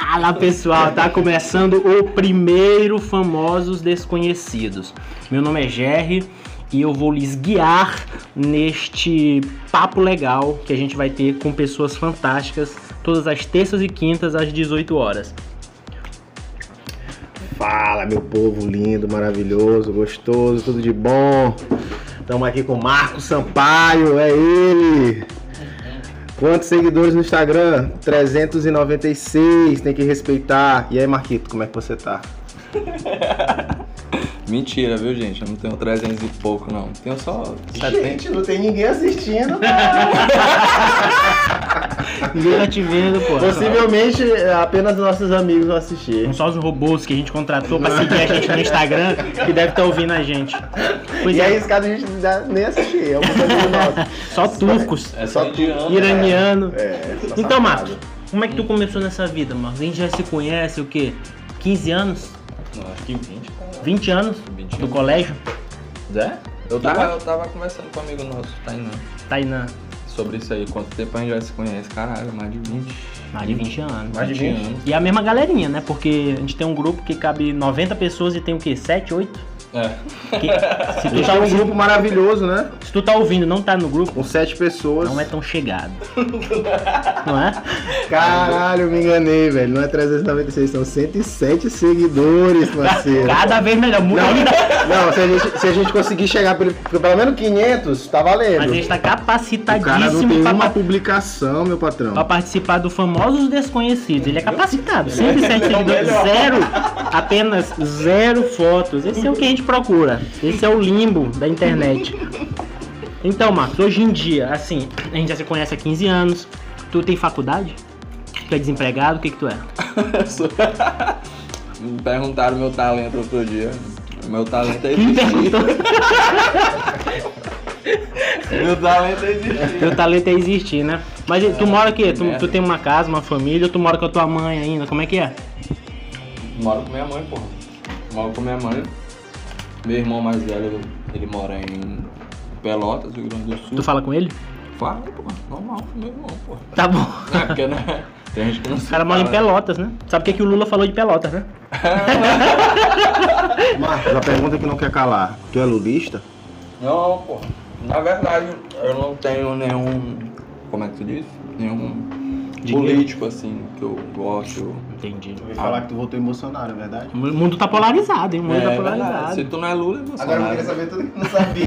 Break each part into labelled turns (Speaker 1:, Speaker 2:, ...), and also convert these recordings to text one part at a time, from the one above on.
Speaker 1: Fala pessoal, tá começando o primeiro Famosos Desconhecidos. Meu nome é Jerry e eu vou lhes guiar neste papo legal que a gente vai ter com pessoas fantásticas todas as terças e quintas às 18 horas.
Speaker 2: Fala, meu povo lindo, maravilhoso, gostoso, tudo de bom. Estamos aqui com o Marco Sampaio, é ele. Quantos seguidores no Instagram? 396, tem que respeitar. E aí, Marquito, como é que você tá?
Speaker 3: Mentira, viu, gente? Eu não tenho 300 e pouco, não. Tenho só
Speaker 1: Tá
Speaker 3: 70.
Speaker 2: não tem ninguém assistindo.
Speaker 1: Ninguém tá te vendo, pô.
Speaker 2: Possivelmente é, apenas nossos amigos vão assistir.
Speaker 1: São só os robôs que a gente contratou pra seguir a gente no Instagram que deve estar ouvindo a gente. Pois
Speaker 2: e
Speaker 1: é,
Speaker 2: aí, esse cara a gente nem assistir, é um amigo nosso.
Speaker 1: só turcos,
Speaker 3: É
Speaker 2: só tu.
Speaker 3: indiano, né?
Speaker 1: iraniano.
Speaker 2: É, só
Speaker 1: Então,
Speaker 2: safado.
Speaker 1: Marcos, como é que tu começou nessa vida, Marcos? A gente já se conhece o quê? 15 anos?
Speaker 3: Não, acho que tá? 20, cara.
Speaker 1: 20 anos?
Speaker 3: 20
Speaker 1: Do
Speaker 3: anos.
Speaker 1: colégio?
Speaker 3: Zé? Eu
Speaker 1: Tá.
Speaker 3: tava, eu tava conversando com um amigo nosso, Tainan,
Speaker 1: Tainan.
Speaker 3: sobre isso aí. Quanto tempo a gente já se conhece? Caralho, mais de 20.
Speaker 1: Mais de 20 anos.
Speaker 3: Mais de 20 anos.
Speaker 1: E a mesma galerinha, né? Porque a gente tem um grupo que cabe 90 pessoas e tem o quê? 7, 8?
Speaker 3: É.
Speaker 1: se, tu
Speaker 2: E
Speaker 1: tá,
Speaker 2: tá um grupo maravilhoso, né?
Speaker 1: se tu tá ouvindo e não tá no grupo,
Speaker 2: Com sete pessoas.
Speaker 1: não é tão chegado. não é?
Speaker 2: Caralho, me enganei, velho. Não é 396, são 107 seguidores, parceiro.
Speaker 1: Cada vez melhor. Muito ainda.
Speaker 2: Não, se a gente, se a gente conseguir chegar pelo, pelo menos 500, tá valendo.
Speaker 1: Mas a gente tá
Speaker 2: O cara não tem
Speaker 1: capacitadíssimo pra, Tá
Speaker 2: uma
Speaker 1: pa-
Speaker 2: publicação, meu patrão.
Speaker 1: pra participar do Famosos Desconhecidos. Ele é capacitado. 107
Speaker 3: Ele é o
Speaker 1: seguidores,
Speaker 3: melhor.
Speaker 1: zero, apenas zero fotos. Esse é o que a gente procura. Esse é o limbo da internet. Então, Marcos, hoje em dia, assim, a gente já se conhece há 15 anos. Tu tem faculdade? Tu é desempregado? O que que tu é?
Speaker 3: Me perguntaram meu talento outro dia. Meu talento é
Speaker 1: Quem
Speaker 3: existir.
Speaker 1: perguntou?
Speaker 3: meu talento é existir.
Speaker 1: Teu talento é existir, né? Mas e- tu mora aqui? Tu,
Speaker 3: merda.
Speaker 1: tu tem uma casa, uma família? Ou tu mora com a tua mãe ainda? Como é que é?
Speaker 3: Moro com minha mãe, porra. Moro com minha mãe. Meu irmão mais velho, ele mora em Pelotas, Rio Grande do Sul.
Speaker 1: Tu fala com ele?
Speaker 3: Fala, porra. Normal, meu irmão, porra.
Speaker 1: Tá bom.
Speaker 3: É, porque né? Tem gente que não sabe.
Speaker 1: O cara mora em Pelotas, né? Sabe o que, que o Lula falou de Pelotas, né?
Speaker 2: Marcos, a pergunta que não quer calar. Tu é lulista?
Speaker 3: Não, pô. Na verdade, eu não tenho nenhum. Como é que tu diz? Nenhum
Speaker 1: Dinheiro.
Speaker 3: político assim que eu gosto.
Speaker 1: Entendi.
Speaker 2: Eu ia que tu votou em Bolsonaro, é verdade?
Speaker 1: O mundo tá polarizado, hein? O mundo tá
Speaker 3: é, verdade.
Speaker 1: polarizado.
Speaker 3: Se tu não é Lula, é Bolsonaro.
Speaker 2: saber tudo que tu não sabia.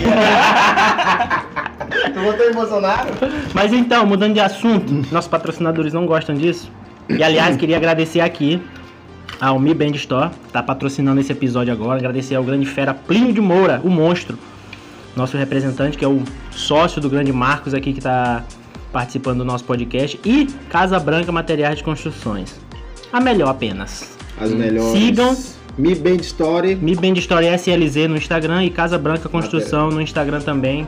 Speaker 2: tu votou em Bolsonaro?
Speaker 1: Mas então, mudando de assunto, nossos patrocinadores não gostam disso. E aliás, queria agradecer aqui ao Mi Band Store, que tá patrocinando esse episódio agora. Agradecer ao grande fera Plínio de Moura, o monstro. Nosso representante, que é o sócio do grande Marcos aqui, que tá participando do nosso podcast. E Casa Branca Materiais de Construções. A melhor apenas.
Speaker 2: As melhores.
Speaker 1: Sigam.
Speaker 2: Me Band Story.
Speaker 1: Mi Band Story SLZ no Instagram e Casa Branca Construção no Instagram também.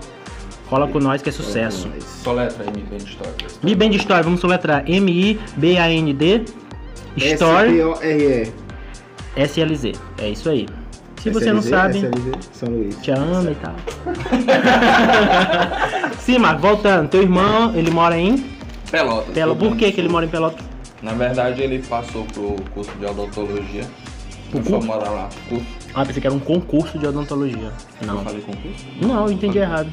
Speaker 1: Cola com nós que é sucesso.
Speaker 3: Só letra aí, me vem de história.
Speaker 1: Mi Band Story, vamos soletrar M-I-B-A-N-D Story
Speaker 2: S-T-O-R-E.
Speaker 1: SLZ. É isso aí. Se você não
Speaker 2: SLZ,
Speaker 1: sabe,
Speaker 2: SLZ, São Luís.
Speaker 1: te ama e tal. Sim, Marco, voltando. Teu irmão, ele mora em
Speaker 3: Pelotas.
Speaker 1: Pelotas. Por que, que ele mora
Speaker 3: mora?
Speaker 1: em Pelotas?
Speaker 3: Na verdade, ele passou pro curso de odontologia.
Speaker 1: Pro
Speaker 3: Ele
Speaker 1: curso?
Speaker 3: foi morar lá. Curso?
Speaker 1: Ah, pensei que era um concurso de odontologia.
Speaker 3: Eu
Speaker 1: Ah, Não.
Speaker 3: falei concurso?
Speaker 1: Não, eu entendi errado.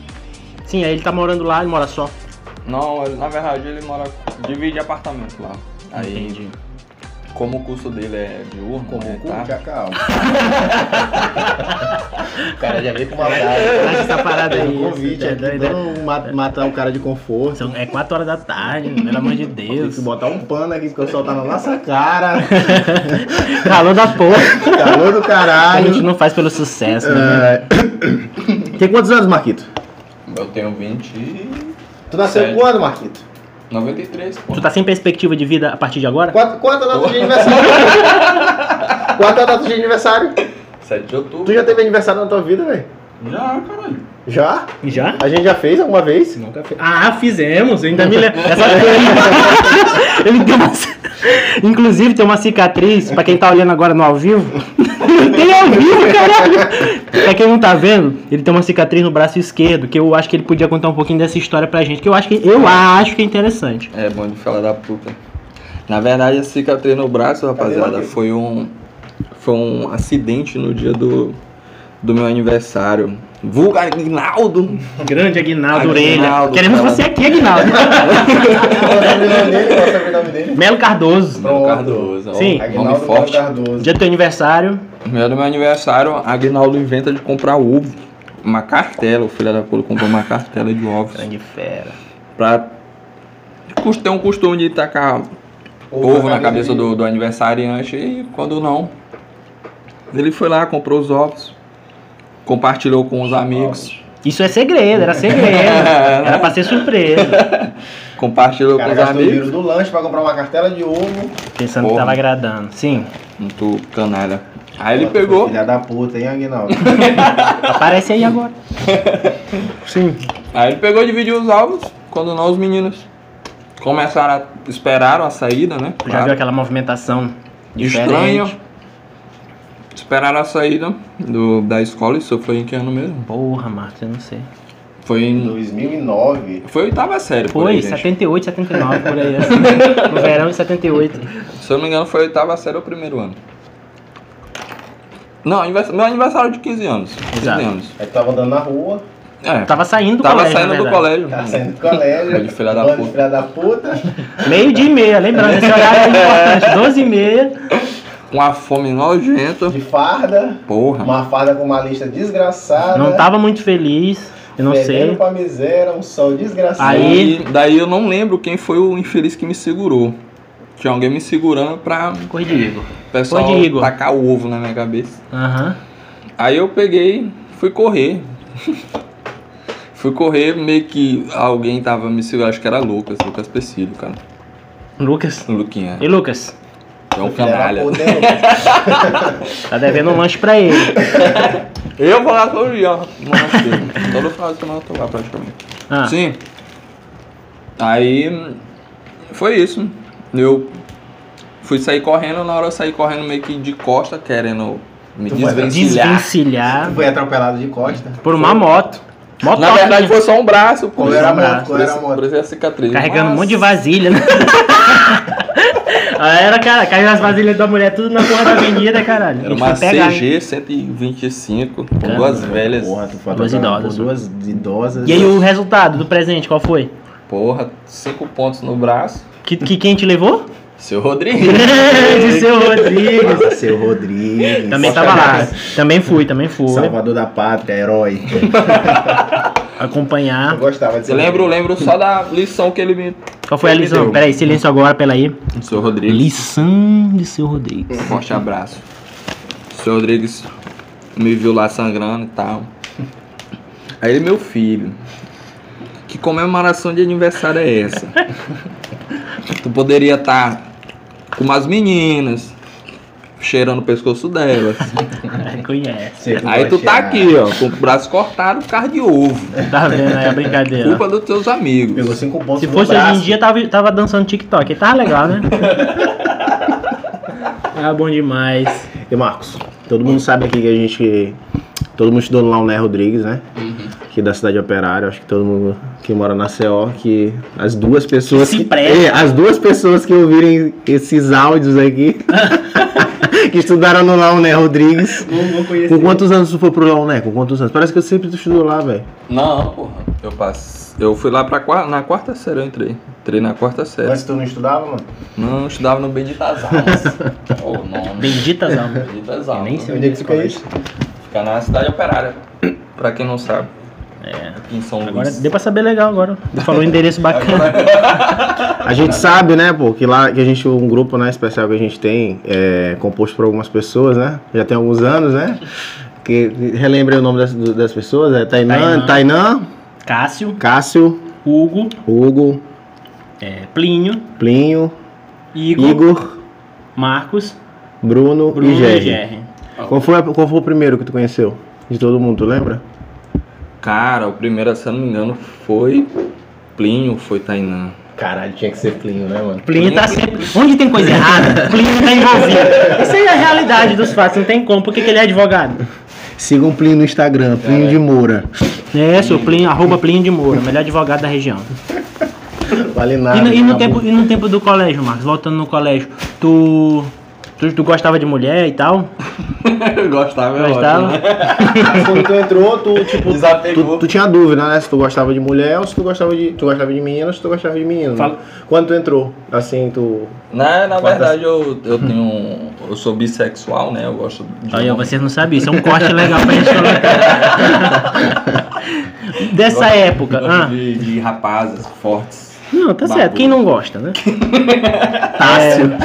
Speaker 1: Sim, aí ele tá morando lá, ele mora só.
Speaker 3: Não, ele- na verdade, ele mora. divide apartamento lá. Aí,
Speaker 1: Entendi.
Speaker 3: como o curso dele é diurno, né, tá?
Speaker 2: calma. o cara já veio com
Speaker 1: É.
Speaker 2: uma cara.
Speaker 1: Traz essa parada aí.
Speaker 2: Um convite
Speaker 3: é
Speaker 1: essa
Speaker 2: aqui,
Speaker 1: ideia.
Speaker 2: vamos ma- matar o cara de conforto.
Speaker 1: São- É 4 horas da tarde, pelo amor de
Speaker 2: Tem
Speaker 1: Deus.
Speaker 2: que botar um pano aqui, porque o sol tá na nossa cara.
Speaker 1: Calor da porra.
Speaker 2: Calor do
Speaker 1: A gente
Speaker 2: caralho.
Speaker 1: não faz pelo sucesso, né?
Speaker 2: É. Tem quantos anos, Marquito?
Speaker 3: Eu tenho 20 e
Speaker 2: Tu nasceu
Speaker 3: Sete.
Speaker 2: quando, Marquito?
Speaker 3: 93, pô.
Speaker 1: Tu tá sem perspectiva de vida a partir de agora?
Speaker 2: Quanto, quanto é a data de aniversário? quanto é a data de aniversário?
Speaker 3: 7 de outubro.
Speaker 2: Tu já teve aniversário na tua vida, velho?
Speaker 3: Já, caralho.
Speaker 2: Já?
Speaker 1: Já?
Speaker 2: A gente já fez alguma vez?
Speaker 3: Nunca fez.
Speaker 1: Ah, fizemos. Eu ainda me É lembro. Essa... eu me tenho uma... Inclusive, tem uma cicatriz, pra quem tá olhando agora no ao vivo. tem ao vivo, caralho! Pra quem não tá vendo, ele tem uma cicatriz no braço esquerdo, que eu acho que ele podia contar um pouquinho dessa história pra gente, que eu acho que, eu acho que é interessante.
Speaker 3: É bom de falar da puta. Na verdade, a cicatriz no braço,
Speaker 2: Cadê
Speaker 3: rapaziada,
Speaker 2: aqui?
Speaker 3: foi um foi um acidente no dia do, do meu aniversário. Vulga Aguinaldo!
Speaker 1: Grande Aguinaldo Orelha.
Speaker 3: Aguinaldo,
Speaker 1: Queremos
Speaker 3: cara.
Speaker 1: você aqui, Aguinaldo.
Speaker 2: Qual é o sobrenome dele? Qual é o sobrenome dele?
Speaker 1: Melo Cardoso.
Speaker 2: Pronto.
Speaker 3: Cardoso, ó,
Speaker 1: Sim.
Speaker 3: nome
Speaker 2: Aguinaldo Paulo
Speaker 3: forte.
Speaker 2: Cardoso.
Speaker 1: Dia do teu aniversário.
Speaker 3: No dia do meu aniversário, Aguinaldo inventa de comprar ovo. Uma cartela, o filho da puta comprou uma cartela de ovos.
Speaker 1: Grande fera.
Speaker 3: pra cus- ter um costume de tacar ovo, na cabeça do, do aniversariante e quando não. Ele foi lá, comprou os ovos, compartilhou com os amigos.
Speaker 1: Isso é segredo, era segredo. Era pra ser surpresa.
Speaker 2: O
Speaker 3: Compartilhou com
Speaker 2: cara
Speaker 3: os
Speaker 2: gastou o dinheiro
Speaker 3: amigos.
Speaker 2: do lanche pra comprar uma cartela de ovo.
Speaker 1: Pensando que
Speaker 3: Porra.
Speaker 1: tava agradando. Sim.
Speaker 3: Muito canalha. Aí ele
Speaker 2: Pô, tu foi
Speaker 3: pegou.
Speaker 2: Filha da puta, hein, Aguinaldo?
Speaker 1: Aparece aí agora. Sim.
Speaker 3: Aí ele pegou e dividiu os ovos. Quando não, os meninos começaram a. esperaram a saída, né?
Speaker 1: Já viu aquela movimentação diferente?
Speaker 3: Estranho. Esperaram a saída do, da escola, isso foi em que ano mesmo?
Speaker 1: Porra, Marcos, eu não sei.
Speaker 3: Foi
Speaker 2: Em
Speaker 3: em.
Speaker 2: 2009.
Speaker 3: Foi oitava série, por
Speaker 1: Foi,
Speaker 3: aí, gente.
Speaker 1: 78, 79, por aí. Assim. no verão de 78.
Speaker 3: Se eu não me engano, foi a oitava série ou o primeiro ano. Não, anivers- meu aniversário é de 15 anos. 15
Speaker 1: Exato.
Speaker 3: anos.
Speaker 2: Aí tu tava andando na rua,
Speaker 3: É.
Speaker 1: Tava saindo do
Speaker 3: tava
Speaker 1: colégio. na
Speaker 3: saindo do
Speaker 1: verdade.
Speaker 3: colégio.
Speaker 2: tava saindo do colégio.
Speaker 3: Hum. Bando de filha da
Speaker 2: bando
Speaker 3: puta.
Speaker 2: filha da puta.
Speaker 1: Meio dia e meia, lembrando, esse horário é importante. 12 e meia.
Speaker 3: Com a fome nojenta.
Speaker 2: De farda.
Speaker 3: Porra.
Speaker 2: Uma farda com uma lista desgraçada.
Speaker 1: Não tava muito feliz, eu não
Speaker 2: fedendo
Speaker 1: sei.
Speaker 2: pra miséria, um sol desgraçado.
Speaker 1: Aí-
Speaker 3: daí eu não lembro quem foi o infeliz que me segurou. Tinha alguém me segurando pra
Speaker 1: Corre de Igor.
Speaker 3: o pessoal
Speaker 1: Foi de Igor.
Speaker 3: tacar o ovo na minha cabeça.
Speaker 1: Aham.
Speaker 3: Aí eu peguei, fui correr. fui correr, meio que alguém tava me segurando. Acho que era Lucas, Lucas Pecílio, cara.
Speaker 1: Lucas.
Speaker 3: Luquinha.
Speaker 1: E Lucas,
Speaker 3: É um
Speaker 2: Filha da
Speaker 3: canalha.
Speaker 2: puta, hein?
Speaker 1: tá devendo um lanche pra ele.
Speaker 3: Eu vou lá todo dia, ó. Nossa, todo final de semana eu tô lá praticamente.
Speaker 1: Ah,
Speaker 3: Sim. Aí hum, foi isso. Eu fui sair correndo, na hora eu saí correndo meio que de costa, querendo me
Speaker 2: Tu vai
Speaker 3: desvencilhar.
Speaker 1: desvencilhar
Speaker 2: Foi atropelado de costa.
Speaker 1: por uma moto. Moto né?
Speaker 3: Na verdade foi só um braço, pô.
Speaker 2: Qual era a
Speaker 1: Desgraçado.
Speaker 2: moto? Qual
Speaker 3: Por
Speaker 2: era
Speaker 3: isso,
Speaker 2: a
Speaker 3: por
Speaker 2: moto?
Speaker 3: isso é a cicatriz.
Speaker 1: carregando um
Speaker 3: Mas-
Speaker 1: monte de vasilha. né? Aí Era, cara, caiu as vasilhas da mulher tudo na porra da avenida, caralho.
Speaker 3: Era
Speaker 1: A gente
Speaker 3: uma
Speaker 1: foi pegar, hein?
Speaker 3: CG 125, com
Speaker 1: Caramba.
Speaker 3: duas velhas. Porra,
Speaker 2: Porra, tu foi
Speaker 1: Duas
Speaker 2: atropelado
Speaker 1: idosas.
Speaker 2: por Duas idosas.
Speaker 1: E aí o resultado do presente, qual foi?
Speaker 3: cinco pontos no braço.
Speaker 1: Que, que quem te levou?
Speaker 3: Seu Rodrigo.
Speaker 1: Grande seu Rodrigo.
Speaker 2: Nossa, seu Rodrigues.
Speaker 1: Também tava lá. Também fui, também fui.
Speaker 2: Salvador da pátria, herói. Eu
Speaker 1: Acompanhar.
Speaker 2: gostava de
Speaker 3: Eu lembro, lembro só da lição que ele me.
Speaker 1: Qual foi a lição? Peraí, silêncio agora, peraí.
Speaker 3: Seu Rodrigo.
Speaker 1: Lição de seu Rodrigo.
Speaker 3: Um forte abraço. O senhor Rodrigues me viu lá sangrando e tal. Aí ele, meu filho, que comemoração de aniversário é essa? tu poderia estar com umas meninas, cheirando o pescoço delas.
Speaker 1: Conhece.
Speaker 3: Aí tu tá aqui, ó, com o braço cortado por causa de ovo.
Speaker 1: Tá vendo aí a brincadeira.
Speaker 3: Culpa dos teus
Speaker 2: Pegou
Speaker 3: amigos.
Speaker 2: cinco pontos
Speaker 1: Se
Speaker 2: no
Speaker 1: fosse hoje
Speaker 2: braço.
Speaker 1: em dia, tava, tava dançando TikTok. Aí tava legal, né? ah, bom demais.
Speaker 2: E Marcos, todo mundo sabe aqui que a gente... Todo mundo estudou no Launé Rodrigues, né?
Speaker 1: Uhum.
Speaker 2: Aqui da cidade operária, acho que todo mundo que mora na CO, que as duas pessoas
Speaker 1: Que se
Speaker 2: que,
Speaker 1: presta.
Speaker 2: É, as duas pessoas que ouvirem esses áudios aqui, que estudaram no Launé Rodrigues. Com quantos anos tu foi pro Launé? Com quantos anos? Parece que eu sempre tu estudou lá, velho.
Speaker 3: Não, porra. Eu passo. Eu fui lá pra quarta. Na quarta série eu entrei. Entrei na quarta série.
Speaker 2: Antes tu não estudava, mano?
Speaker 3: Não, eu estudava no Benditas Almas. Ô, nome.
Speaker 1: Benditas almas.
Speaker 3: Benditas
Speaker 1: Eu
Speaker 3: Almas.
Speaker 1: nem sei
Speaker 2: Onde é que
Speaker 1: esse
Speaker 2: fica
Speaker 1: colégio.
Speaker 2: isso?
Speaker 3: Fica né? na cidade operária. Pra quem não sabe. É. Aqui em São
Speaker 1: Agora
Speaker 3: Luís.
Speaker 1: deu pra saber legal agora. Falou um endereço bacana.
Speaker 2: A gente sabe, né, pô, que lá que a gente, um grupo né, especial que a gente tem, é composto por algumas pessoas, né? Já tem alguns anos, né? Que relembrei o nome das, do- das pessoas, é Tainan,
Speaker 1: Tainã.
Speaker 2: Tainan,
Speaker 1: Cássio,
Speaker 2: Cássio,
Speaker 1: Hugo,
Speaker 2: Hugo,
Speaker 1: é, Plínio,
Speaker 2: Plinho,
Speaker 1: Igor,
Speaker 2: Igor,
Speaker 1: Marcos,
Speaker 2: Bruno,
Speaker 1: Bruno
Speaker 2: e
Speaker 1: e
Speaker 2: Jerry.
Speaker 1: Jerry.
Speaker 2: Qual foi, a- qual foi o primeiro que tu conheceu? De todo mundo, tu lembra?
Speaker 3: Cara, o primeiro, se eu não me engano, foi Plinio, foi Tainan.
Speaker 2: Caralho, tinha que ser Plinho, né, mano?
Speaker 1: Plínio tá sempre. Onde tem coisa errada, Plínio tá envolvido. Isso aí é a realidade dos fatos, não tem como. Por que, que ele é advogado?
Speaker 2: Sigam o um Plinho no Instagram, Plinho de Moura.
Speaker 1: É, seu Plínio, arroba Plínio de Moura, melhor advogado da região.
Speaker 2: Vale
Speaker 1: E,
Speaker 2: nada.
Speaker 1: no- e no tempo,
Speaker 2: acabou.
Speaker 1: e no tempo do colégio, Marcos, voltando no colégio, tu. Tu, tu gostava de mulher e tal?
Speaker 3: Eu gostava, é eu
Speaker 1: Gostava?
Speaker 2: Quando tu entrou, tu, tipo,
Speaker 3: Desapegou.
Speaker 2: tu, tu tinha dúvida, né? Se tu gostava de mulher ou se tu gostava de. Tu gostava de menino ou se tu gostava de menino. né?
Speaker 1: Fala.
Speaker 2: Quando tu entrou, assim, tu.
Speaker 3: Na, é, na
Speaker 2: Quantas-
Speaker 3: verdade, eu, eu tenho. um- Eu sou bissexual, né? Eu gosto de.
Speaker 1: Olha,
Speaker 3: homem.
Speaker 1: vocês não sabiam, isso é um corte legal pra gente colocar.
Speaker 3: Eu
Speaker 1: Dessa
Speaker 3: gosto-
Speaker 1: época.
Speaker 3: eu Gosto
Speaker 1: ah.
Speaker 3: de, de rapazes fortes.
Speaker 1: Não, tá certo.
Speaker 3: Barbudo.
Speaker 1: Quem não gosta, né? Tássio.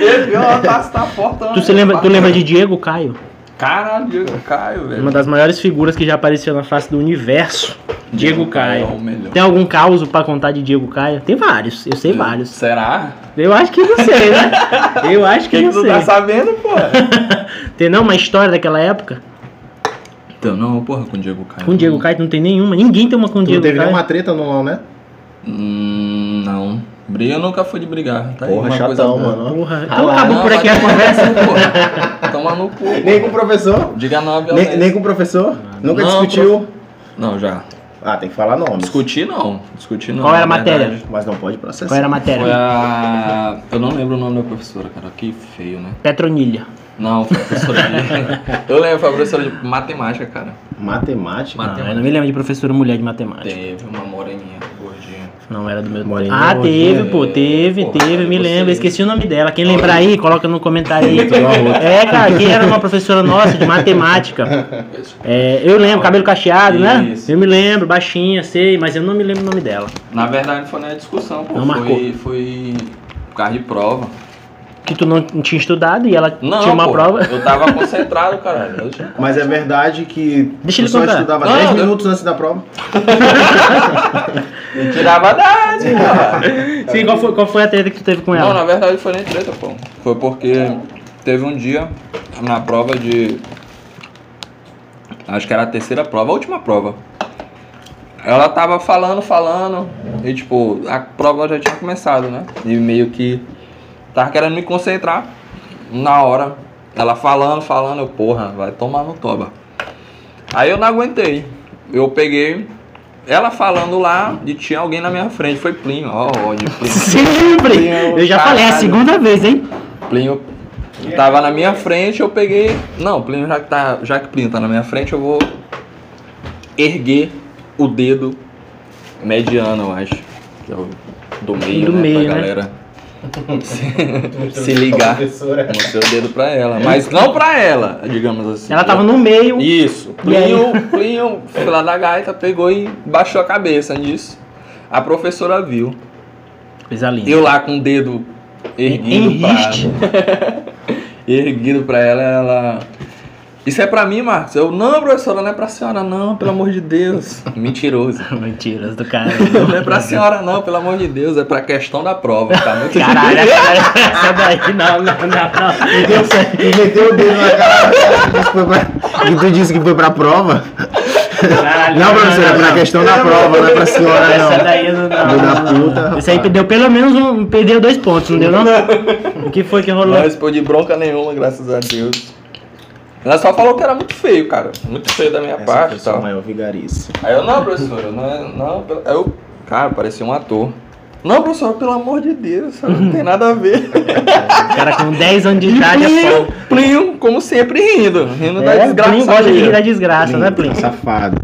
Speaker 3: Ele viu uma taça tá forte,
Speaker 1: É. Tu, se lembra, tu lembra de Diego Caio?
Speaker 3: Caralho, Diego Caio, velho.
Speaker 1: Uma das maiores figuras que já apareceu na face do universo. Diego
Speaker 3: É
Speaker 1: Caio.
Speaker 3: o melhor.
Speaker 1: Tem algum caos pra contar de Diego Caio? Tem vários, eu sei vários.
Speaker 3: Será?
Speaker 1: Eu acho que não sei, né? Eu acho que
Speaker 3: Quem
Speaker 1: não
Speaker 3: que tu
Speaker 1: sei.
Speaker 3: tá sabendo, pô?
Speaker 1: Tem não uma história daquela época?
Speaker 3: Então, não, porra, com o Diego Caio.
Speaker 1: Com o Diego Caio não tem nenhuma. Ninguém tem uma com o
Speaker 2: Tu não
Speaker 1: Diego
Speaker 2: teve
Speaker 3: tá.
Speaker 1: Caio.
Speaker 2: nenhuma treta no LOL, né?
Speaker 3: Hum, não. Briga eu nunca fui de brigar. Tá aí
Speaker 2: Porra,
Speaker 3: uma coisa
Speaker 2: chatão,
Speaker 3: boa.
Speaker 2: mano.
Speaker 1: Porra,
Speaker 2: Ah
Speaker 1: então
Speaker 2: lá,
Speaker 1: acabou
Speaker 3: Não,
Speaker 1: por aqui
Speaker 3: vai
Speaker 1: a
Speaker 3: tomar
Speaker 1: conversa.
Speaker 3: no cu, porra. Toma no cu.
Speaker 2: Nem com o professor?
Speaker 3: Diga não à violência.
Speaker 2: Nem, nem com o professor? Nunca
Speaker 3: né? Não,
Speaker 2: discutiu?
Speaker 3: Não, já.
Speaker 2: Ah, tem que falar nome.
Speaker 3: Discutir não. Discutir não.
Speaker 1: Qual era a
Speaker 3: na
Speaker 1: matéria?
Speaker 3: verdade.
Speaker 2: Mas não pode processar.
Speaker 1: Qual era a matéria?
Speaker 3: Foi a. Eu não lembro o nome da professora, cara. Que feio, né?
Speaker 1: Petronilha. Ah,
Speaker 3: Não, foi a professora de. Eu lembro, foi a professora de matemática, cara.
Speaker 2: Matemática.
Speaker 3: Matemática.
Speaker 1: Não, eu não me lembro de professora mulher de matemática.
Speaker 3: Teve uma moreninha gordinha.
Speaker 1: Não era do meu
Speaker 2: Moreninha
Speaker 1: Ah,
Speaker 2: hoje,
Speaker 1: teve,
Speaker 3: né?
Speaker 1: pô, teve,
Speaker 3: Pô,
Speaker 1: teve,
Speaker 3: cara,
Speaker 1: me
Speaker 3: você-
Speaker 1: lembro. Esqueci o nome dela. Quem lembrar aí, coloca no comentário aí. É, cara, quem era uma professora nossa de matemática? É, eu lembro, cabelo cacheado, né?
Speaker 3: Isso.
Speaker 1: Eu me lembro, baixinha, sei, mas eu não me lembro o nome dela.
Speaker 3: Na verdade, foi na discussão, pô.
Speaker 1: Não
Speaker 3: foi, foi por causa de prova.
Speaker 1: Que tu não tinha estudado e ela
Speaker 3: Não,
Speaker 1: tinha uma
Speaker 3: pô,
Speaker 1: prova.
Speaker 3: Eu tava concentrado, caralho. Eu tinha-
Speaker 2: Mas é verdade que
Speaker 1: Deixa
Speaker 2: tu
Speaker 1: ele
Speaker 2: só
Speaker 1: contar.
Speaker 2: estudava
Speaker 3: Não,
Speaker 2: 10
Speaker 3: não.
Speaker 2: minutos antes da prova.
Speaker 3: Eu tirava 10, pô.
Speaker 1: Sim, qual foi, qual foi a treta que tu teve com
Speaker 3: Não,
Speaker 1: ela?
Speaker 3: na verdade foi nem treta, pô. Foi porque teve um dia na prova de. Acho que era a terceira prova, a última prova. Ela tava falando, falando, e tipo, a prova já tinha começado, né? E meio que tava querendo me concentrar na hora. Ela falando, falando, eu, porra, vai tomar no toba. Aí eu não aguentei. Eu peguei ela falando lá e tinha alguém na minha frente. Foi Plínio, ó, ó, de Plínio.
Speaker 1: Sempre!
Speaker 3: Meu
Speaker 1: Eu já falei, é a
Speaker 3: caralho.
Speaker 1: segunda vez, hein?
Speaker 3: Plínio tava na minha frente, eu peguei. Não, Plínio já que tá, já que Plínio tá na minha frente, eu vou erguer o dedo mediano, eu acho, que é o do meio,
Speaker 1: Do
Speaker 3: né,
Speaker 1: meio, né?
Speaker 3: pra galera. Se, se ligar,
Speaker 2: é-
Speaker 3: mostrei o dedo pra ela, mas não pra ela, digamos assim.
Speaker 1: Ela tava no meio.
Speaker 3: Isso. Plinio, Plinio, filha da gaita, pegou e baixou a cabeça nisso. A professora viu.
Speaker 1: Coisa linda.
Speaker 3: Eu lá com o dedo erguido
Speaker 1: Enriste.
Speaker 3: pra erguido pra ela, ela. Isso é pra mim, Marcos? Eu, não, professora, não é pra senhora, não, pelo amor de Deus. Mentiroso.
Speaker 1: Mentiras do cara.
Speaker 3: Não é pra senhora, não, pelo amor de Deus. É pra questão da prova, tá? Muito
Speaker 1: Caralho, essa daí não, não, não, não. Essa aí-
Speaker 2: E meteu o dedo na cara que tu foi pra- que tu disse que foi pra prova.
Speaker 1: Caralho,
Speaker 2: Não, professora, é pra questão da prova, não é pra senhora,
Speaker 1: Essa
Speaker 2: não.
Speaker 1: daí eu não. não,
Speaker 2: Filho da
Speaker 1: não, não.
Speaker 2: puta, rapaz.
Speaker 1: Esse aí perdeu pelo menos um. Perdeu dois pontos, não deu não? O que foi que rolou?
Speaker 3: Não respondi bronca nenhuma, graças a Deus. Ela só falou que era muito feio, cara. Muito feio da minha parte e
Speaker 2: é pessoa
Speaker 3: tal.
Speaker 2: maior vigarice.
Speaker 3: Aí eu, não, professora, não é. Não, pelo- aí eu, cara, parecia um ator. Não, professora, pelo amor de Deus, sabe, não tem nada a ver.
Speaker 1: O cara com 10 anos de
Speaker 3: E
Speaker 1: idade é
Speaker 3: Plinio,
Speaker 1: foda.
Speaker 3: Plinio, como sempre, rindo. Rindo da
Speaker 1: É,
Speaker 3: desgraça.
Speaker 1: Plin gosta de
Speaker 3: dele.
Speaker 1: rir da desgraça, né, Plin?
Speaker 2: Plínio, Safado.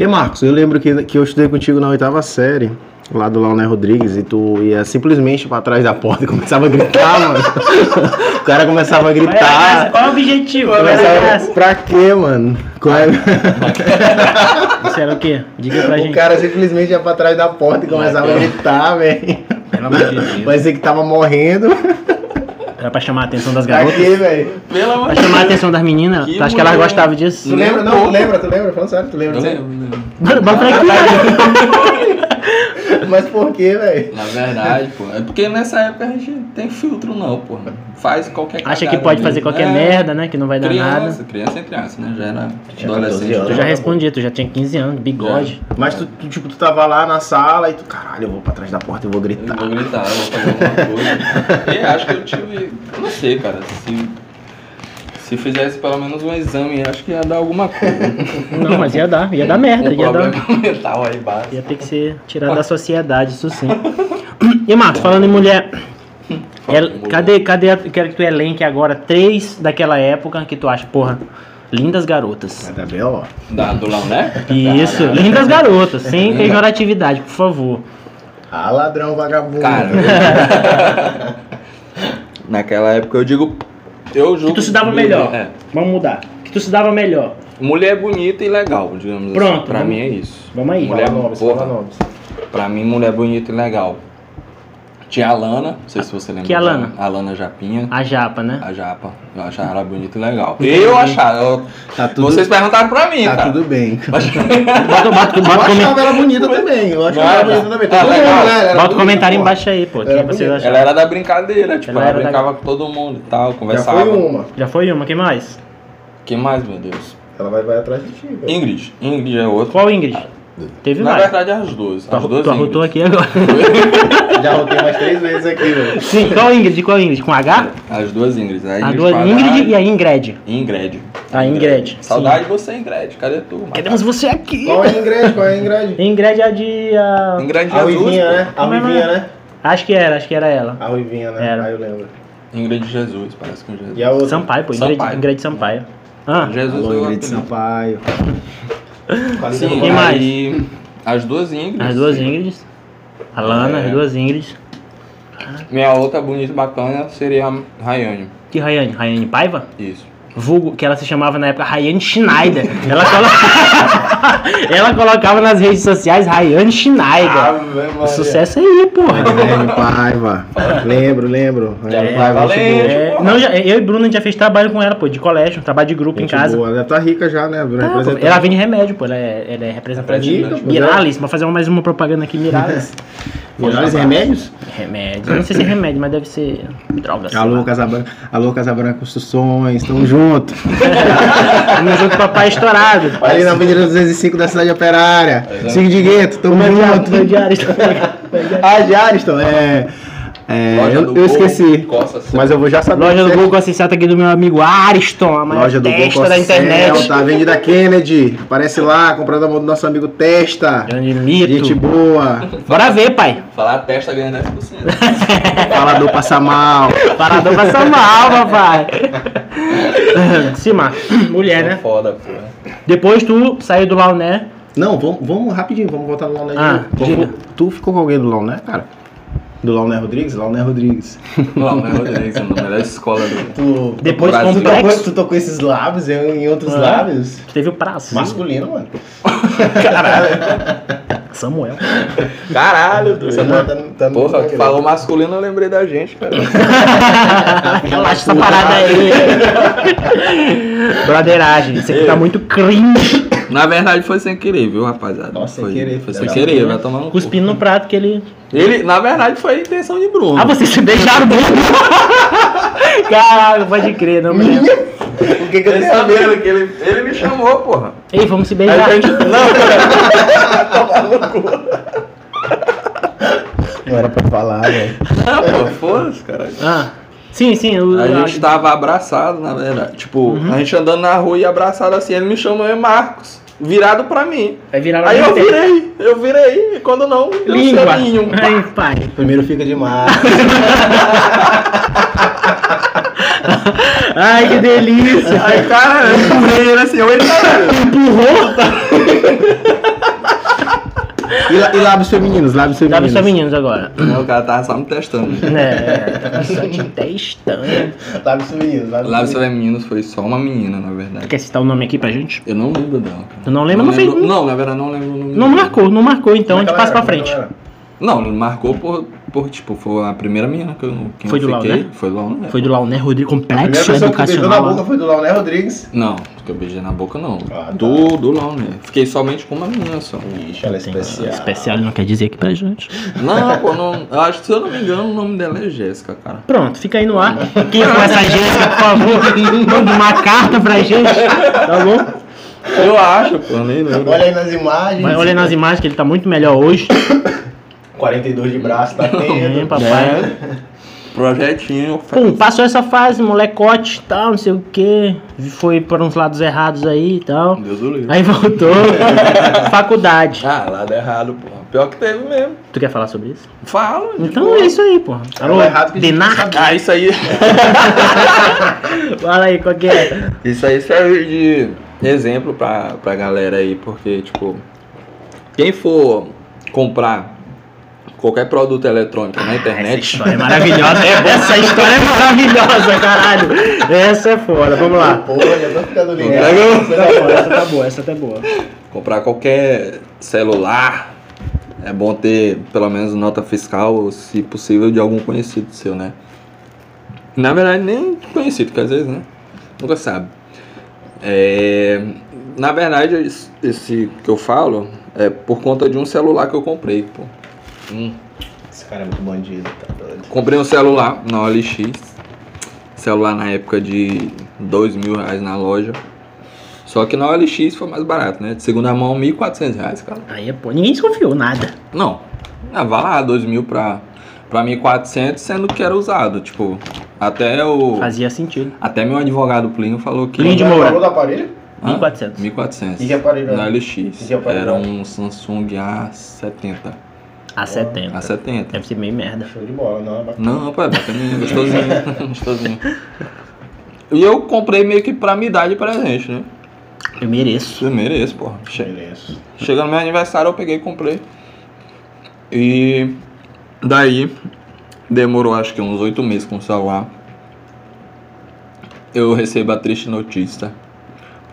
Speaker 2: E Marcos, eu lembro que, que eu estudei contigo na oitava série, lá do Launé Rodrigues, e tu ia simplesmente pra trás da porta e começava a gritar, mano. O cara começava a
Speaker 1: Qual era a graça?
Speaker 2: gritar.
Speaker 1: Qual é o objetivo? Qual era a
Speaker 2: Começava,
Speaker 1: graça?
Speaker 2: pra quê, mano? Qual é?
Speaker 1: Isso era o quê? Diga pra
Speaker 2: O
Speaker 1: gente.
Speaker 2: cara simplesmente ia pra trás da porta e começava a gritar, velho.
Speaker 1: Pelo amor de Deus.
Speaker 2: Parecia que tava morrendo.
Speaker 1: Era pra chamar a atenção das garotas.
Speaker 2: Aqui, velho.
Speaker 3: Pelo amor
Speaker 1: Pra
Speaker 3: de
Speaker 1: chamar a
Speaker 3: Deus.
Speaker 1: atenção das meninas.
Speaker 3: Que
Speaker 1: Tu acha que elas
Speaker 3: mulher.
Speaker 1: gostavam disso?
Speaker 2: Tu lembra? Não, tu lembra, tu lembra? Falando sério, tu lembra?
Speaker 3: Eu
Speaker 2: né?
Speaker 3: lembro, lembro.
Speaker 1: Bota pra aqui, né?
Speaker 2: Mas por quê, velho?
Speaker 3: Na verdade, pô. É porque nessa época a gente não tem filtro, não, pô. Faz qualquer
Speaker 1: Acha que
Speaker 3: cagada
Speaker 1: pode fazer
Speaker 3: mesmo.
Speaker 1: qualquer
Speaker 3: É,
Speaker 1: merda, né? Que não vai dar nada.
Speaker 3: Criança, criança entre aspas, né? Já era
Speaker 2: Tinha 14
Speaker 3: adolescente.
Speaker 2: anos.
Speaker 1: Tu já respondia, tu já tinha 15 anos, bigode.
Speaker 2: Mas tu, tu, tipo, tu tava lá na sala e tu, caralho, eu vou pra trás da porta e vou
Speaker 3: Eu
Speaker 2: gritar.
Speaker 3: vou gritar, eu vou fazer alguma coisa. E acho que eu tive. eu Não sei, cara. Se, se Se fizesse pelo menos um exame, acho que ia dar alguma coisa.
Speaker 1: Não, mas ia dar, ia dar merda,
Speaker 3: um
Speaker 1: ia dar.
Speaker 3: É. problema mental aí básico.
Speaker 1: Ia ter que ser tirado da sociedade, isso sim. E Marcos, falando em mulher. ela- cadê, cadê a- quero que tu elenque agora três daquela época que tu acha, porra, lindas garotas.
Speaker 2: Tá bem, ó.
Speaker 3: Da, do né? Launé?
Speaker 1: Isso, lindas garotas,
Speaker 3: É
Speaker 1: sem pejoratividade, por favor.
Speaker 2: Ah, ladrão vagabundo.
Speaker 3: Cara. Naquela época eu digo. Eu julgo.
Speaker 1: Que tu se dava melhor.
Speaker 3: É.
Speaker 1: Vamos mudar. Que tu se dava melhor.
Speaker 3: Mulher bonita e legal, digamos assim.
Speaker 1: Pronto,
Speaker 3: Pra
Speaker 1: vamos-
Speaker 3: mim é isso.
Speaker 1: Vamos aí.
Speaker 3: Mulher
Speaker 2: fala nomes,
Speaker 3: porra.
Speaker 2: fala nomes.
Speaker 1: Tá
Speaker 3: Pra mim, mulher bonita e legal. Tinha a Lana, não sei se você lembra.
Speaker 1: Que é a
Speaker 3: dela.
Speaker 1: Lana?
Speaker 3: A Lana Japinha.
Speaker 1: A japa, né?
Speaker 3: A japa. Eu achava ela bonita e legal.
Speaker 1: Tá
Speaker 3: Eu achava. eu-
Speaker 2: Tá tudo,
Speaker 3: Vocês perguntaram pra mim,
Speaker 2: tá
Speaker 3: tá?
Speaker 2: tudo bem.
Speaker 1: Bota, bota,
Speaker 2: Eu
Speaker 1: bota, comen-
Speaker 2: achava ela bonita também. Eu achava ela
Speaker 3: Não era?
Speaker 2: bonita também.
Speaker 3: Tá
Speaker 2: Todo mundo,
Speaker 3: legal.
Speaker 2: né? Ela era
Speaker 1: bota
Speaker 2: bonita,
Speaker 1: comentário
Speaker 2: pô.
Speaker 1: embaixo aí, pô. Quem
Speaker 2: Era
Speaker 1: vocês
Speaker 2: bonita.
Speaker 1: acharam?
Speaker 3: Ela era da brincadeira, tipo,
Speaker 1: Ela
Speaker 3: ela,
Speaker 1: era da-
Speaker 3: brincava com todo mundo e tal,
Speaker 2: Já
Speaker 3: conversava.
Speaker 2: foi um- uma.
Speaker 1: Já foi uma, quem mais?
Speaker 3: Que mais, meu Deus?
Speaker 2: Ela vai, vai atrás de ti, velho.
Speaker 3: Ingrid. Ingrid é outra.
Speaker 1: Qual Ingrid? Teve
Speaker 3: Na
Speaker 1: mais.
Speaker 3: verdade, é as duas.
Speaker 1: Tu
Speaker 3: As
Speaker 1: arro-
Speaker 3: duas
Speaker 1: tu arrotou
Speaker 3: Ingrid.
Speaker 1: aqui agora.
Speaker 2: Já rotei mais três vezes aqui, velho.
Speaker 1: Sim, qual Ingrid? Qual Ingrid? Com H?
Speaker 3: As duas Ingrid. A
Speaker 1: A
Speaker 3: Ingrid,
Speaker 1: duas
Speaker 3: Pagai
Speaker 1: É, Ingrid e a Ingrid.
Speaker 3: e Ingrid.
Speaker 1: A Ingrid, sim.
Speaker 3: "Ah, Saudade de você, Ingrid. Cadê tu? mano?
Speaker 1: Queremos você aqui.
Speaker 2: Qual é a Ingrid? Qual é a Ingrid?
Speaker 1: Ingrid é a de. a-
Speaker 3: Ingrid
Speaker 2: A
Speaker 3: Jesus.
Speaker 2: Ruivinha,
Speaker 3: pô.
Speaker 2: né? A
Speaker 1: Mas não
Speaker 2: Ruivinha,
Speaker 1: é.
Speaker 2: né?
Speaker 1: Acho que era, acho que era ela.
Speaker 2: A Ruivinha, né?
Speaker 1: Era.
Speaker 2: Ah, eu lembro.
Speaker 3: Ingrid Jesus, parece com Jesus.
Speaker 2: E a outra?
Speaker 1: Sampaio, pô. Ingrid
Speaker 3: Sampaio.
Speaker 1: Ingrid Sampaio. Ah,
Speaker 3: Jesus
Speaker 2: Alô,
Speaker 3: foi o
Speaker 2: Ingrid
Speaker 3: apelido.
Speaker 2: Sampaio. Quase
Speaker 3: Sim,
Speaker 1: Quem
Speaker 3: aí,
Speaker 2: derrubado.
Speaker 1: mais?
Speaker 3: As duas Ingrid.
Speaker 1: as duas Ingrids. A Lana,
Speaker 3: É.
Speaker 1: as duas Ingrids.
Speaker 3: Minha outra bonita e bacana seria a Rayane.
Speaker 1: Que Rayane? Rayane Paiva?
Speaker 3: Isso.
Speaker 1: Vulgo, que ela se chamava na época Rayane Schneider. Ela, colo- ela colocava nas redes sociais Rayane Schneider. É
Speaker 2: Ah,
Speaker 1: Sucesso aí, porra.
Speaker 2: Guilherme Paiva. É, Lembro, lembro.
Speaker 3: é,
Speaker 2: Guilherme Paiva,
Speaker 3: falei.
Speaker 2: gente boa.
Speaker 1: É, não, já- eu e Bruno, a gente já fez trabalho com ela, pô, de colégio, um trabalho de grupo em
Speaker 2: Gente
Speaker 1: casa.
Speaker 2: boa. Ela tá rica já, né?
Speaker 1: Tá, pô,
Speaker 2: Representante.
Speaker 1: ela vende remédio, pô, ela é, ela é representante. de-
Speaker 2: Rica, pô,
Speaker 1: Miralis, vou fazer mais uma propaganda aqui, Miralis.
Speaker 2: Melhores remédios?
Speaker 1: remédio, eu não sei se é remédio, mas deve ser droga. sei
Speaker 2: Alô,
Speaker 1: lá.
Speaker 2: Casabranca. Alô, Casabranca Construções. Tamo junto.
Speaker 1: Mas outro papai é estourado.
Speaker 2: Ali na Avenida 205 da Cidade Operária.
Speaker 3: Exato.
Speaker 2: Cinco de Gueto. Tamo junto.
Speaker 1: Meu diário está-
Speaker 2: Ah, de Ariston. É... é,
Speaker 3: Loja
Speaker 2: eu
Speaker 3: do
Speaker 2: eu
Speaker 3: Gol,
Speaker 2: esqueci.
Speaker 3: Costa Certo.
Speaker 2: Mas eu vou já saber.
Speaker 1: Loja do
Speaker 2: certo.
Speaker 1: Google Associata aqui do meu amigo Ariston, a maior
Speaker 2: Loja do Gol
Speaker 1: testa
Speaker 2: Costa
Speaker 1: da internet.
Speaker 2: Celta, Avenida Kennedy. Aparece lá, comprando a mão do nosso amigo Testa.
Speaker 1: Grande mito.
Speaker 2: Gente boa.
Speaker 1: Bora ver, pai.
Speaker 3: Falar a testa ganha 10%.
Speaker 2: Falador passa mal.
Speaker 1: Paradão passa mal, papai. Cima,
Speaker 2: É,
Speaker 1: mulher,
Speaker 3: Sou
Speaker 1: né?
Speaker 3: Foda, pô.
Speaker 1: Depois tu saiu do Né, Launé.
Speaker 2: Não, vamos, vamos rapidinho, vamos voltar no Launé de
Speaker 1: Ah,
Speaker 2: novo.
Speaker 1: diga.
Speaker 2: Tu- Tu ficou com alguém do Launé, cara? Do Launé Rodrigues? Launé Rodrigues.
Speaker 3: Não, não é Rodrigues, é a melhor escola do
Speaker 2: Tu,
Speaker 1: Depois
Speaker 3: Brasil.
Speaker 2: tu, tocou,
Speaker 1: complexo.
Speaker 2: tu tocou esses lábios em, em outros
Speaker 1: Ah.
Speaker 2: lábios?
Speaker 1: Tu teve o prazo. né?
Speaker 2: Masculino, mano.
Speaker 1: Samuel.
Speaker 3: Caralho, doido.
Speaker 2: Essa mulher tá, no- tá no
Speaker 3: Porra,
Speaker 2: Instagram.
Speaker 3: falou masculino, eu lembrei da gente, cara.
Speaker 1: Relaxa essa parada aí. Broderagem, isso aqui tá muito cringe.
Speaker 3: Na verdade foi sem querer, viu, rapaziada?
Speaker 2: Nossa, sem
Speaker 3: foi,
Speaker 2: querer, filha
Speaker 3: Foi sem
Speaker 2: da
Speaker 3: querer, vai tomar no cu.
Speaker 1: Cuspindo no prato que ele.
Speaker 3: Ele, na verdade, foi a intenção de Bruno.
Speaker 1: Ah, vocês se deixaram mesmo? Caralho, pode crer, não me lembro.
Speaker 2: O que que eu
Speaker 3: Ele
Speaker 2: tenho a ver?
Speaker 3: sabendo que ele, ele me chamou, porra.
Speaker 1: Ei, vamos se
Speaker 3: Aí
Speaker 1: beijar.
Speaker 3: a gente, não, cara.
Speaker 2: Não era pra falar, velho.
Speaker 3: Não, pô, foda-se, caralho.
Speaker 1: Ah, tá- sim, sim. O,
Speaker 3: A gente tava abraçado, na verdade. Tipo,
Speaker 2: Uhum.
Speaker 3: a gente andando na rua e abraçado assim, ele me chamou e Marcos, virado pra mim.
Speaker 1: Vai virar
Speaker 3: Aí eu virei, eu virei, e quando não, deu um
Speaker 1: Língua.
Speaker 3: selinho, pá.
Speaker 1: Ai, pai.
Speaker 2: Primeiro fica demais.
Speaker 1: Ai, que delícia.
Speaker 3: Aí, cara, eu empurrei ele assim, eu ele cara,
Speaker 1: Empurrou.
Speaker 2: E, lá- e lábios femininos, lábios
Speaker 1: Dá
Speaker 2: femininos.
Speaker 1: pros meninos agora.
Speaker 3: Não, o cara tava só me testando.
Speaker 1: É, só te testando.
Speaker 2: Lábios femininos, lábios femininos.
Speaker 3: Lábios femininos é foi só uma menina, na verdade.
Speaker 1: Quer citar o nome aqui pra gente?
Speaker 3: Eu não lembro dela. cara.
Speaker 1: Tu não lembra? Não fez-
Speaker 3: lembro- Não, na verdade, não lembro o nome
Speaker 1: Não
Speaker 3: dela.
Speaker 1: marcou, não marcou, então
Speaker 2: Como
Speaker 1: a
Speaker 2: é que
Speaker 1: gente
Speaker 2: ela
Speaker 1: passa pra
Speaker 2: era? Como é que
Speaker 1: frente.
Speaker 2: ela era?
Speaker 3: Não, ele marcou por, por, tipo, foi a primeira menina que eu, que
Speaker 1: Foi
Speaker 3: eu
Speaker 1: do Lau,
Speaker 3: fiquei.
Speaker 1: né?
Speaker 3: Foi do Lau, né?
Speaker 1: Foi do Launé Rodrigo
Speaker 2: A primeira
Speaker 1: Complexo
Speaker 2: pessoa que beijou na boca
Speaker 1: Educacional.
Speaker 2: foi do Launé Rodrigues.
Speaker 3: Não, porque eu beijei na boca, não.
Speaker 2: Ah, tá.
Speaker 3: Do, do Lau, né? Fiquei somente com uma menina só.
Speaker 2: Ixi, ela é especial.
Speaker 1: Especial ele não quer dizer aqui pra gente.
Speaker 3: Não, pô, não, eu acho que se eu não me engano, o nome dela é Jéssica, cara.
Speaker 1: Pronto, fica aí no ar. Quem é conhece a Jéssica, por favor, manda uma carta pra gente. Tá bom?
Speaker 3: Eu acho, pô, eu nem lembro.
Speaker 2: Olha aí nas imagens.
Speaker 1: Vai olhando nas imagens que ele tá muito melhor hoje.
Speaker 2: 42 de braço, tá
Speaker 1: Hein,
Speaker 2: tendo.
Speaker 1: papai.
Speaker 3: Né? Projetinho.
Speaker 1: Pum, passou essa fase, molecote e tal, não sei o que. Foi por uns lados errados aí e tal.
Speaker 3: Deus do livro.
Speaker 1: Aí voltou. Faculdade.
Speaker 3: Ah, lado errado, porra. Pior que teve mesmo.
Speaker 1: Tu quer falar sobre isso?
Speaker 3: Fala. de
Speaker 1: Então
Speaker 3: boa.
Speaker 1: é isso aí, porra. Alô,
Speaker 2: o errado que a gente
Speaker 1: Denar?
Speaker 3: Ah, isso aí.
Speaker 1: Fala aí, qual que é?
Speaker 3: Isso aí serve de exemplo pra, pra galera aí, porque, tipo, quem for comprar qualquer produto eletrônico na
Speaker 1: Essa
Speaker 3: internet.
Speaker 1: história é maravilhosa. Essa história é maravilhosa, caralho. Essa é foda, vamos lá.
Speaker 2: Pô, já tô ficando
Speaker 1: é
Speaker 2: ligado.
Speaker 3: Entendeu?
Speaker 1: Essa tá boa, essa tá boa, essa tá boa.
Speaker 3: Comprar qualquer celular. É bom ter pelo menos nota fiscal, ou, se possível, de algum conhecido seu, né? Na verdade, nem conhecido, porque às vezes, né? Nunca sabe. É, Na verdade, es- esse que eu falo é por conta de um celular que eu comprei, pô. Hum.
Speaker 2: Esse cara é muito bandido, tá doido.
Speaker 3: Comprei um celular na OLX. Celular na época de dois mil reais na loja. Só que na OLX foi mais barato, né? De segunda mão, 1.400 reais, cara.
Speaker 1: Aí é pô, ninguém desconfiou, nada.
Speaker 3: Não. Ah, vai lá, 2 mil pra, pra 1.400, sendo que era usado. Tipo, até o.
Speaker 1: Fazia sentido.
Speaker 3: Até meu advogado Plínio falou que.
Speaker 1: Plínio de
Speaker 2: Qual é o
Speaker 1: Moura.
Speaker 2: valor do aparelho?
Speaker 1: Ah,
Speaker 3: Hã?
Speaker 1: 1.400.
Speaker 3: 1.400.
Speaker 2: E que aparelho né? era?
Speaker 3: Na
Speaker 2: E
Speaker 3: LX.
Speaker 2: que aparelho
Speaker 3: Era
Speaker 2: era?
Speaker 3: um Samsung A70.
Speaker 1: A 70.
Speaker 3: A70.
Speaker 1: Deve ser meio merda.
Speaker 2: Show de bola, não é bacana.
Speaker 3: Não, pô, é bacaninha, gostosinho. gostosinho. E eu comprei meio que pra me dar de presente, né?
Speaker 1: Eu mereço.
Speaker 3: Eu mereço, porra. Che-
Speaker 2: Beleza.
Speaker 3: Chegando no meu aniversário, eu peguei e comprei. E daí, demorou acho que uns oito meses com o celular. Eu recebo a triste notícia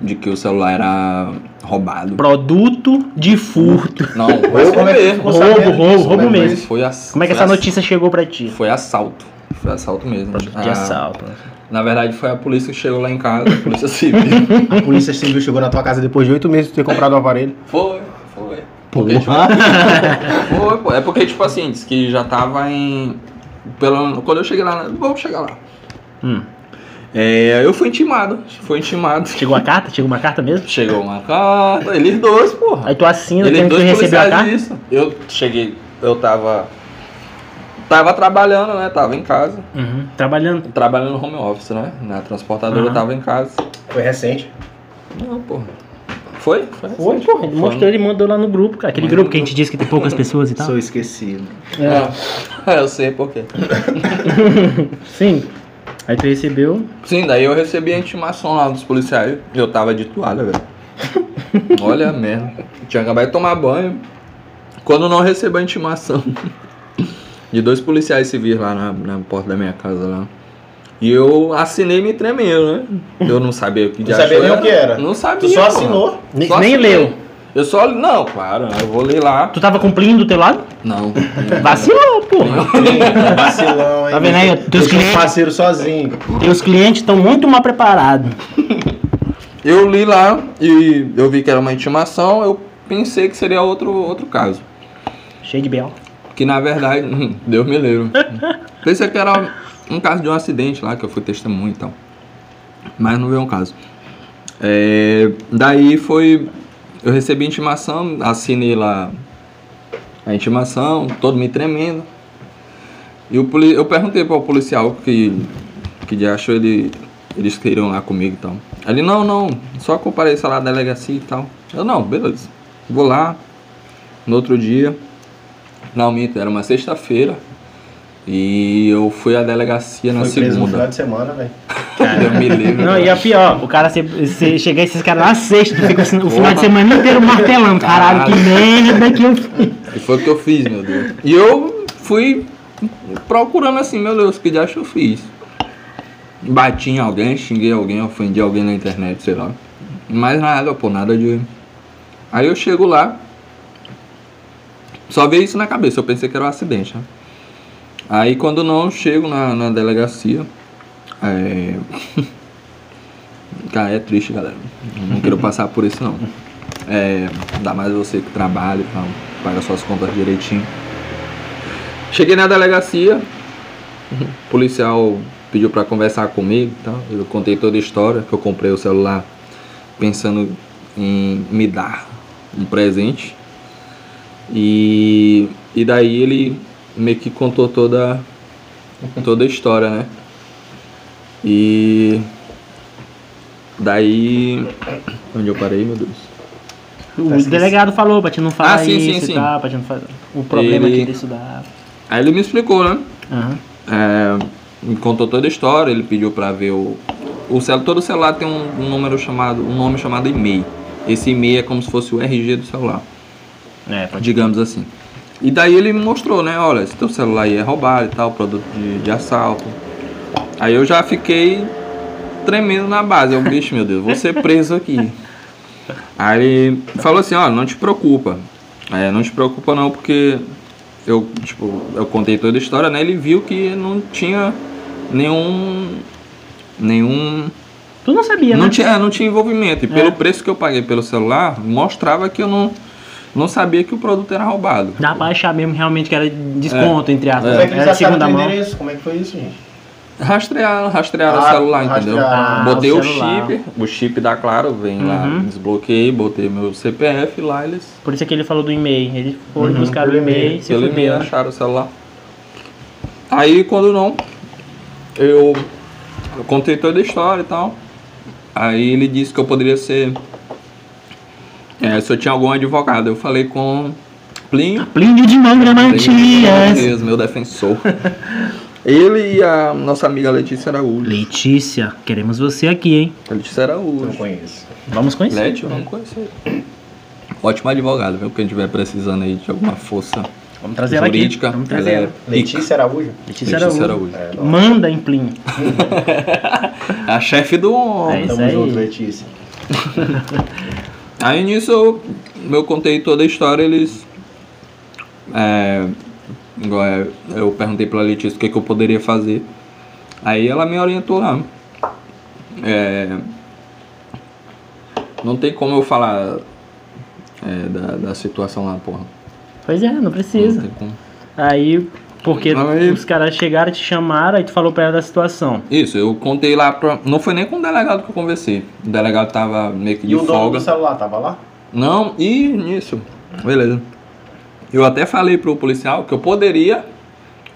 Speaker 3: de que o celular era roubado.
Speaker 1: Produto de furto.
Speaker 3: Não,
Speaker 2: Mas
Speaker 3: foi assim
Speaker 2: como é que
Speaker 3: mesmo.
Speaker 2: ficou
Speaker 1: Roubo,
Speaker 2: sabendo
Speaker 1: roubo,
Speaker 2: disso?
Speaker 1: roubo
Speaker 2: Como é que foi
Speaker 1: mesmo.
Speaker 2: isso?
Speaker 3: Foi ass-
Speaker 1: Como é que
Speaker 3: foi
Speaker 1: essa
Speaker 3: ass-
Speaker 1: notícia chegou pra ti?
Speaker 3: Foi assalto. Foi assalto mesmo.
Speaker 1: Produto de
Speaker 3: Ah,
Speaker 1: assalto.
Speaker 3: Na verdade, foi a polícia que chegou lá em casa, a polícia civil.
Speaker 2: A polícia civil chegou na tua casa depois de oito meses de ter comprado o aparelho.
Speaker 3: foi, foi. Porque, tipo, foi, pô. É porque, tipo assim, disse que já tava em. Pelo, quando eu cheguei lá, né, vamos chegar lá.
Speaker 1: Hum.
Speaker 3: É, eu fui intimado, foi intimado.
Speaker 1: Chegou a carta? Chegou uma carta mesmo?
Speaker 3: Chegou uma carta, eles dois, porra.
Speaker 1: Aí tu assina,
Speaker 3: Eles
Speaker 1: tem que
Speaker 3: é dois
Speaker 1: receber a
Speaker 3: policiais
Speaker 1: carta?
Speaker 3: isso. Eu cheguei, eu tava. Tava trabalhando, né? Tava em casa.
Speaker 1: Uhum. Trabalhando.
Speaker 3: Trabalhando no home office, né? Na transportadora
Speaker 1: Aham.
Speaker 3: eu tava em casa.
Speaker 2: Foi recente.
Speaker 3: Não, porra. Foi? Foi. um-
Speaker 1: Foi, pô. Ele mostrou, ele mandou lá no grupo, cara. Aquele
Speaker 3: Mas
Speaker 1: grupo
Speaker 3: eu
Speaker 1: que a gente disse que tem poucas pessoas e tal.
Speaker 2: Sou esquecido.
Speaker 1: né?
Speaker 3: Ah, eu sei por quê.
Speaker 1: Sim. Aí tu recebeu.
Speaker 3: Sim, daí eu recebi a intimação lá dos policiais e eu tava de toalha, velho. Olha a merda. Tinha acabado de tomar banho. Quando não recebo a intimação de dois policiais civis lá na, na porta da minha casa lá. E eu assinei me tremendo, né? Eu não sabia o que diacho
Speaker 2: sabia nem o que era.
Speaker 3: Não sabia.
Speaker 2: Tu só
Speaker 3: porra.
Speaker 2: assinou.
Speaker 1: Nem-
Speaker 3: Só
Speaker 1: nem
Speaker 3: assinei.
Speaker 1: leu.
Speaker 3: Eu só. Não, claro, eu vou ler lá.
Speaker 1: Tu tava cumprindo o teu lado?
Speaker 3: Não.
Speaker 1: Vacilou, porra.
Speaker 2: Vacilão, hein? um
Speaker 1: Tá vendo aí? Teus
Speaker 2: Deixa os
Speaker 1: clientes-
Speaker 2: parceiros sozinhos.
Speaker 1: Teus clientes estão muito mal preparados.
Speaker 3: Eu li lá e eu vi que era uma intimação, eu pensei que seria outro, outro caso.
Speaker 1: Cheio de B.O.
Speaker 3: Que na verdade, Deus me livre. Pensei que era um caso de um acidente lá, que eu fui testemunha e tal. Mas não veio um caso. É, daí foi. Eu recebi a intimação, assinei lá a intimação, todo me tremendo. E o poli- eu perguntei para o policial que, que de achou ele. Eles queriam lá comigo e tal. Ele, não, não, só compareça lá da delegacia e tal. Eu, não, beleza. Vou lá, no outro dia, não, minto, era uma sexta-feira. E eu fui à delegacia na
Speaker 2: Foi preso no final
Speaker 3: segunda.
Speaker 2: de semana,
Speaker 1: É.
Speaker 2: velho.
Speaker 3: Eu me livre.
Speaker 1: Não, e a pior, o cara, se, se chegar esses caras lá sexta, fica assim, o final de semana inteiro martelando. Caralho, que merda que eu fiz.
Speaker 3: E foi o que eu fiz, meu Deus. E eu fui procurando assim, meu Deus, que diacho eu fiz? Bati em alguém, xinguei alguém, ofendi alguém na internet, sei lá. Mas nada, pô, nada de. Aí eu chego lá, só veio isso na cabeça, eu pensei que era um acidente, né? Aí quando não, eu chego na, na delegacia. É... Cara, é triste, galera. Eu Não quero passar por isso, não. É, ainda mais você que trabalha e tal, paga suas contas direitinho. Cheguei na delegacia, o policial pediu pra conversar comigo e tal. Eu contei toda a história, que eu comprei o celular pensando em me dar um presente. E, e daí ele meio que contou toda toda a história, né? E daí. Onde eu parei, meu Deus?
Speaker 1: O delegado falou pra te não falar
Speaker 3: Tá Ah, sim, sim,
Speaker 1: isso
Speaker 3: sim.
Speaker 1: e tal, pra te não falar o problema
Speaker 3: Ele-
Speaker 1: aqui disso da...
Speaker 3: Aí ele me explicou, né?
Speaker 1: Aham.
Speaker 3: É, me contou toda a história, ele pediu pra ver o. o celular, todo celular tem um, um número chamado. um nome chamado e-mail. Esse e-mail é como se fosse o RG do celular.
Speaker 1: É, pode...
Speaker 3: digamos assim. E daí ele me mostrou, né? Olha, esse teu celular aí é roubado e tal, produto de, de assalto. Aí eu já fiquei tremendo na base. Eu, bicho, meu Deus, vou ser preso aqui. Aí ele falou assim, olha, não te preocupa. É, não te preocupa não, porque eu, tipo, eu contei toda a história, né? Ele viu que não tinha nenhum. Nenhum
Speaker 1: Tu não sabia,
Speaker 3: não
Speaker 1: né? É.
Speaker 3: tinha, é, não tinha envolvimento. E pelo preço que eu paguei pelo celular, mostrava que eu não, não sabia que o produto era roubado.
Speaker 1: Dá pra achar mesmo realmente que era desconto, entre aspas.
Speaker 2: Como é que eles
Speaker 1: Era
Speaker 2: acharam
Speaker 1: segunda
Speaker 2: teu
Speaker 1: mão.
Speaker 2: endereço? Como é que foi isso, gente?
Speaker 3: Rastrearam, rastrearam
Speaker 2: Ah,
Speaker 3: o celular, entendeu?
Speaker 2: rastrearam.
Speaker 1: Ah,
Speaker 3: botei
Speaker 1: o
Speaker 3: o,
Speaker 1: celular.
Speaker 3: chip, o chip da Claro vem lá,
Speaker 1: Uhum.
Speaker 3: desbloqueei, botei meu CPF lá, eles
Speaker 1: Por isso é que ele falou do e-mail. Ele foi buscar o
Speaker 2: pelo
Speaker 1: e-mail
Speaker 2: e-mail,
Speaker 1: e se
Speaker 3: Uhum. pelo e-mail
Speaker 1: fudeu. né?
Speaker 3: acharam o celular. Aí quando não, eu, eu contei toda a história e tal. Aí ele disse que eu poderia ser. é, se eu tinha algum advogado, eu falei com Plínio.
Speaker 1: Plínio de Manga Matias.
Speaker 3: é Deus, meu defensor. Ele e a nossa amiga Letícia Araújo.
Speaker 1: Letícia, queremos você aqui, hein?
Speaker 3: Letícia
Speaker 2: Não
Speaker 3: Araújo.
Speaker 2: conheço.
Speaker 1: Vamos conhecer.
Speaker 3: Então, Leti, eu não conheço. Ótimo advogado, viu? Quem estiver precisando aí de alguma força
Speaker 1: Vamos trazer ela aqui.
Speaker 3: jurídica.
Speaker 1: Vamos trazer
Speaker 3: ela é
Speaker 1: ela.
Speaker 3: pica.
Speaker 2: Letícia Araújo?
Speaker 1: Letícia,
Speaker 3: Letícia
Speaker 1: Araújo.
Speaker 3: Araújo.
Speaker 2: É, não.
Speaker 1: Manda em Plínio.
Speaker 3: a chefe do
Speaker 1: É
Speaker 3: homem.
Speaker 1: isso
Speaker 2: Tamo
Speaker 1: aí.
Speaker 2: junto, Letícia.
Speaker 3: Aí nisso eu, eu contei toda a história, eles. É, igual é, eu perguntei pra Letícia o que, que eu poderia fazer. Aí ela me orientou lá. É, não tem como eu falar é, da, da situação lá, porra.
Speaker 1: Pois é, não
Speaker 3: Não
Speaker 1: precisa.
Speaker 3: tem como.
Speaker 1: Aí, porque
Speaker 3: Aí-
Speaker 1: os caras chegaram, te chamaram, aí tu falou pra ela da situação.
Speaker 3: Isso, eu contei lá pra. Não foi nem com o delegado que eu conversei. O delegado tava meio que de
Speaker 2: E o dono
Speaker 3: folga.
Speaker 2: do celular tava lá?
Speaker 3: Não, e nisso. Beleza. Eu até falei pro policial que eu poderia,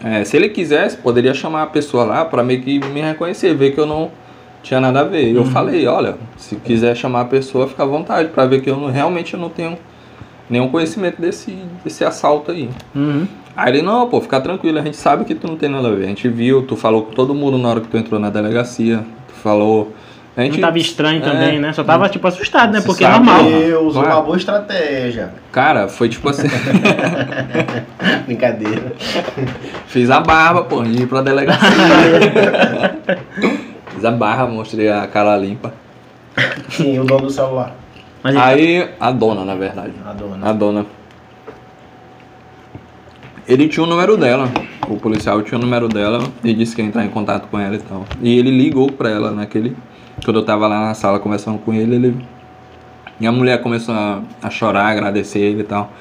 Speaker 3: eh, se ele quisesse, poderia chamar a pessoa lá pra meio que me reconhecer, ver que eu não tinha nada a ver. Eu falei, olha, se quiser chamar a pessoa, fica à vontade, pra ver que eu não- realmente eu não tenho nenhum conhecimento desse, desse assalto aí.
Speaker 1: Uhum.
Speaker 3: Aí ele, não, pô, fica tranquilo, a gente sabe que tu não tem nada a ver. A gente viu, tu falou com todo mundo na hora que tu entrou na delegacia, tu falou. A gente
Speaker 1: Não tá tava estranho
Speaker 3: é,
Speaker 1: também, né? Só tava, tipo, assustado, né?
Speaker 3: Se
Speaker 1: Porque é
Speaker 3: sabe-
Speaker 1: normal.
Speaker 2: Deus,
Speaker 3: Claro.
Speaker 2: uma
Speaker 1: é?
Speaker 2: boa estratégia.
Speaker 3: Cara, foi tipo assim.
Speaker 2: Brincadeira.
Speaker 3: Fiz a barba, pô, antes de ir pra delegacia. Fiz a barba, mostrei a cara limpa.
Speaker 2: Sim, o dono do celular.
Speaker 1: Mas ele-
Speaker 3: Aí, a dona, na verdade.
Speaker 2: A dona.
Speaker 3: A dona. Ele tinha o número dela. O policial tinha o número dela e disse que ia entrar em contato com ela e tal. E ele ligou pra ela naquele. Quando eu tava lá na sala conversando com ele, ele. E a mulher começou a, a chorar, agradecer ele e tal.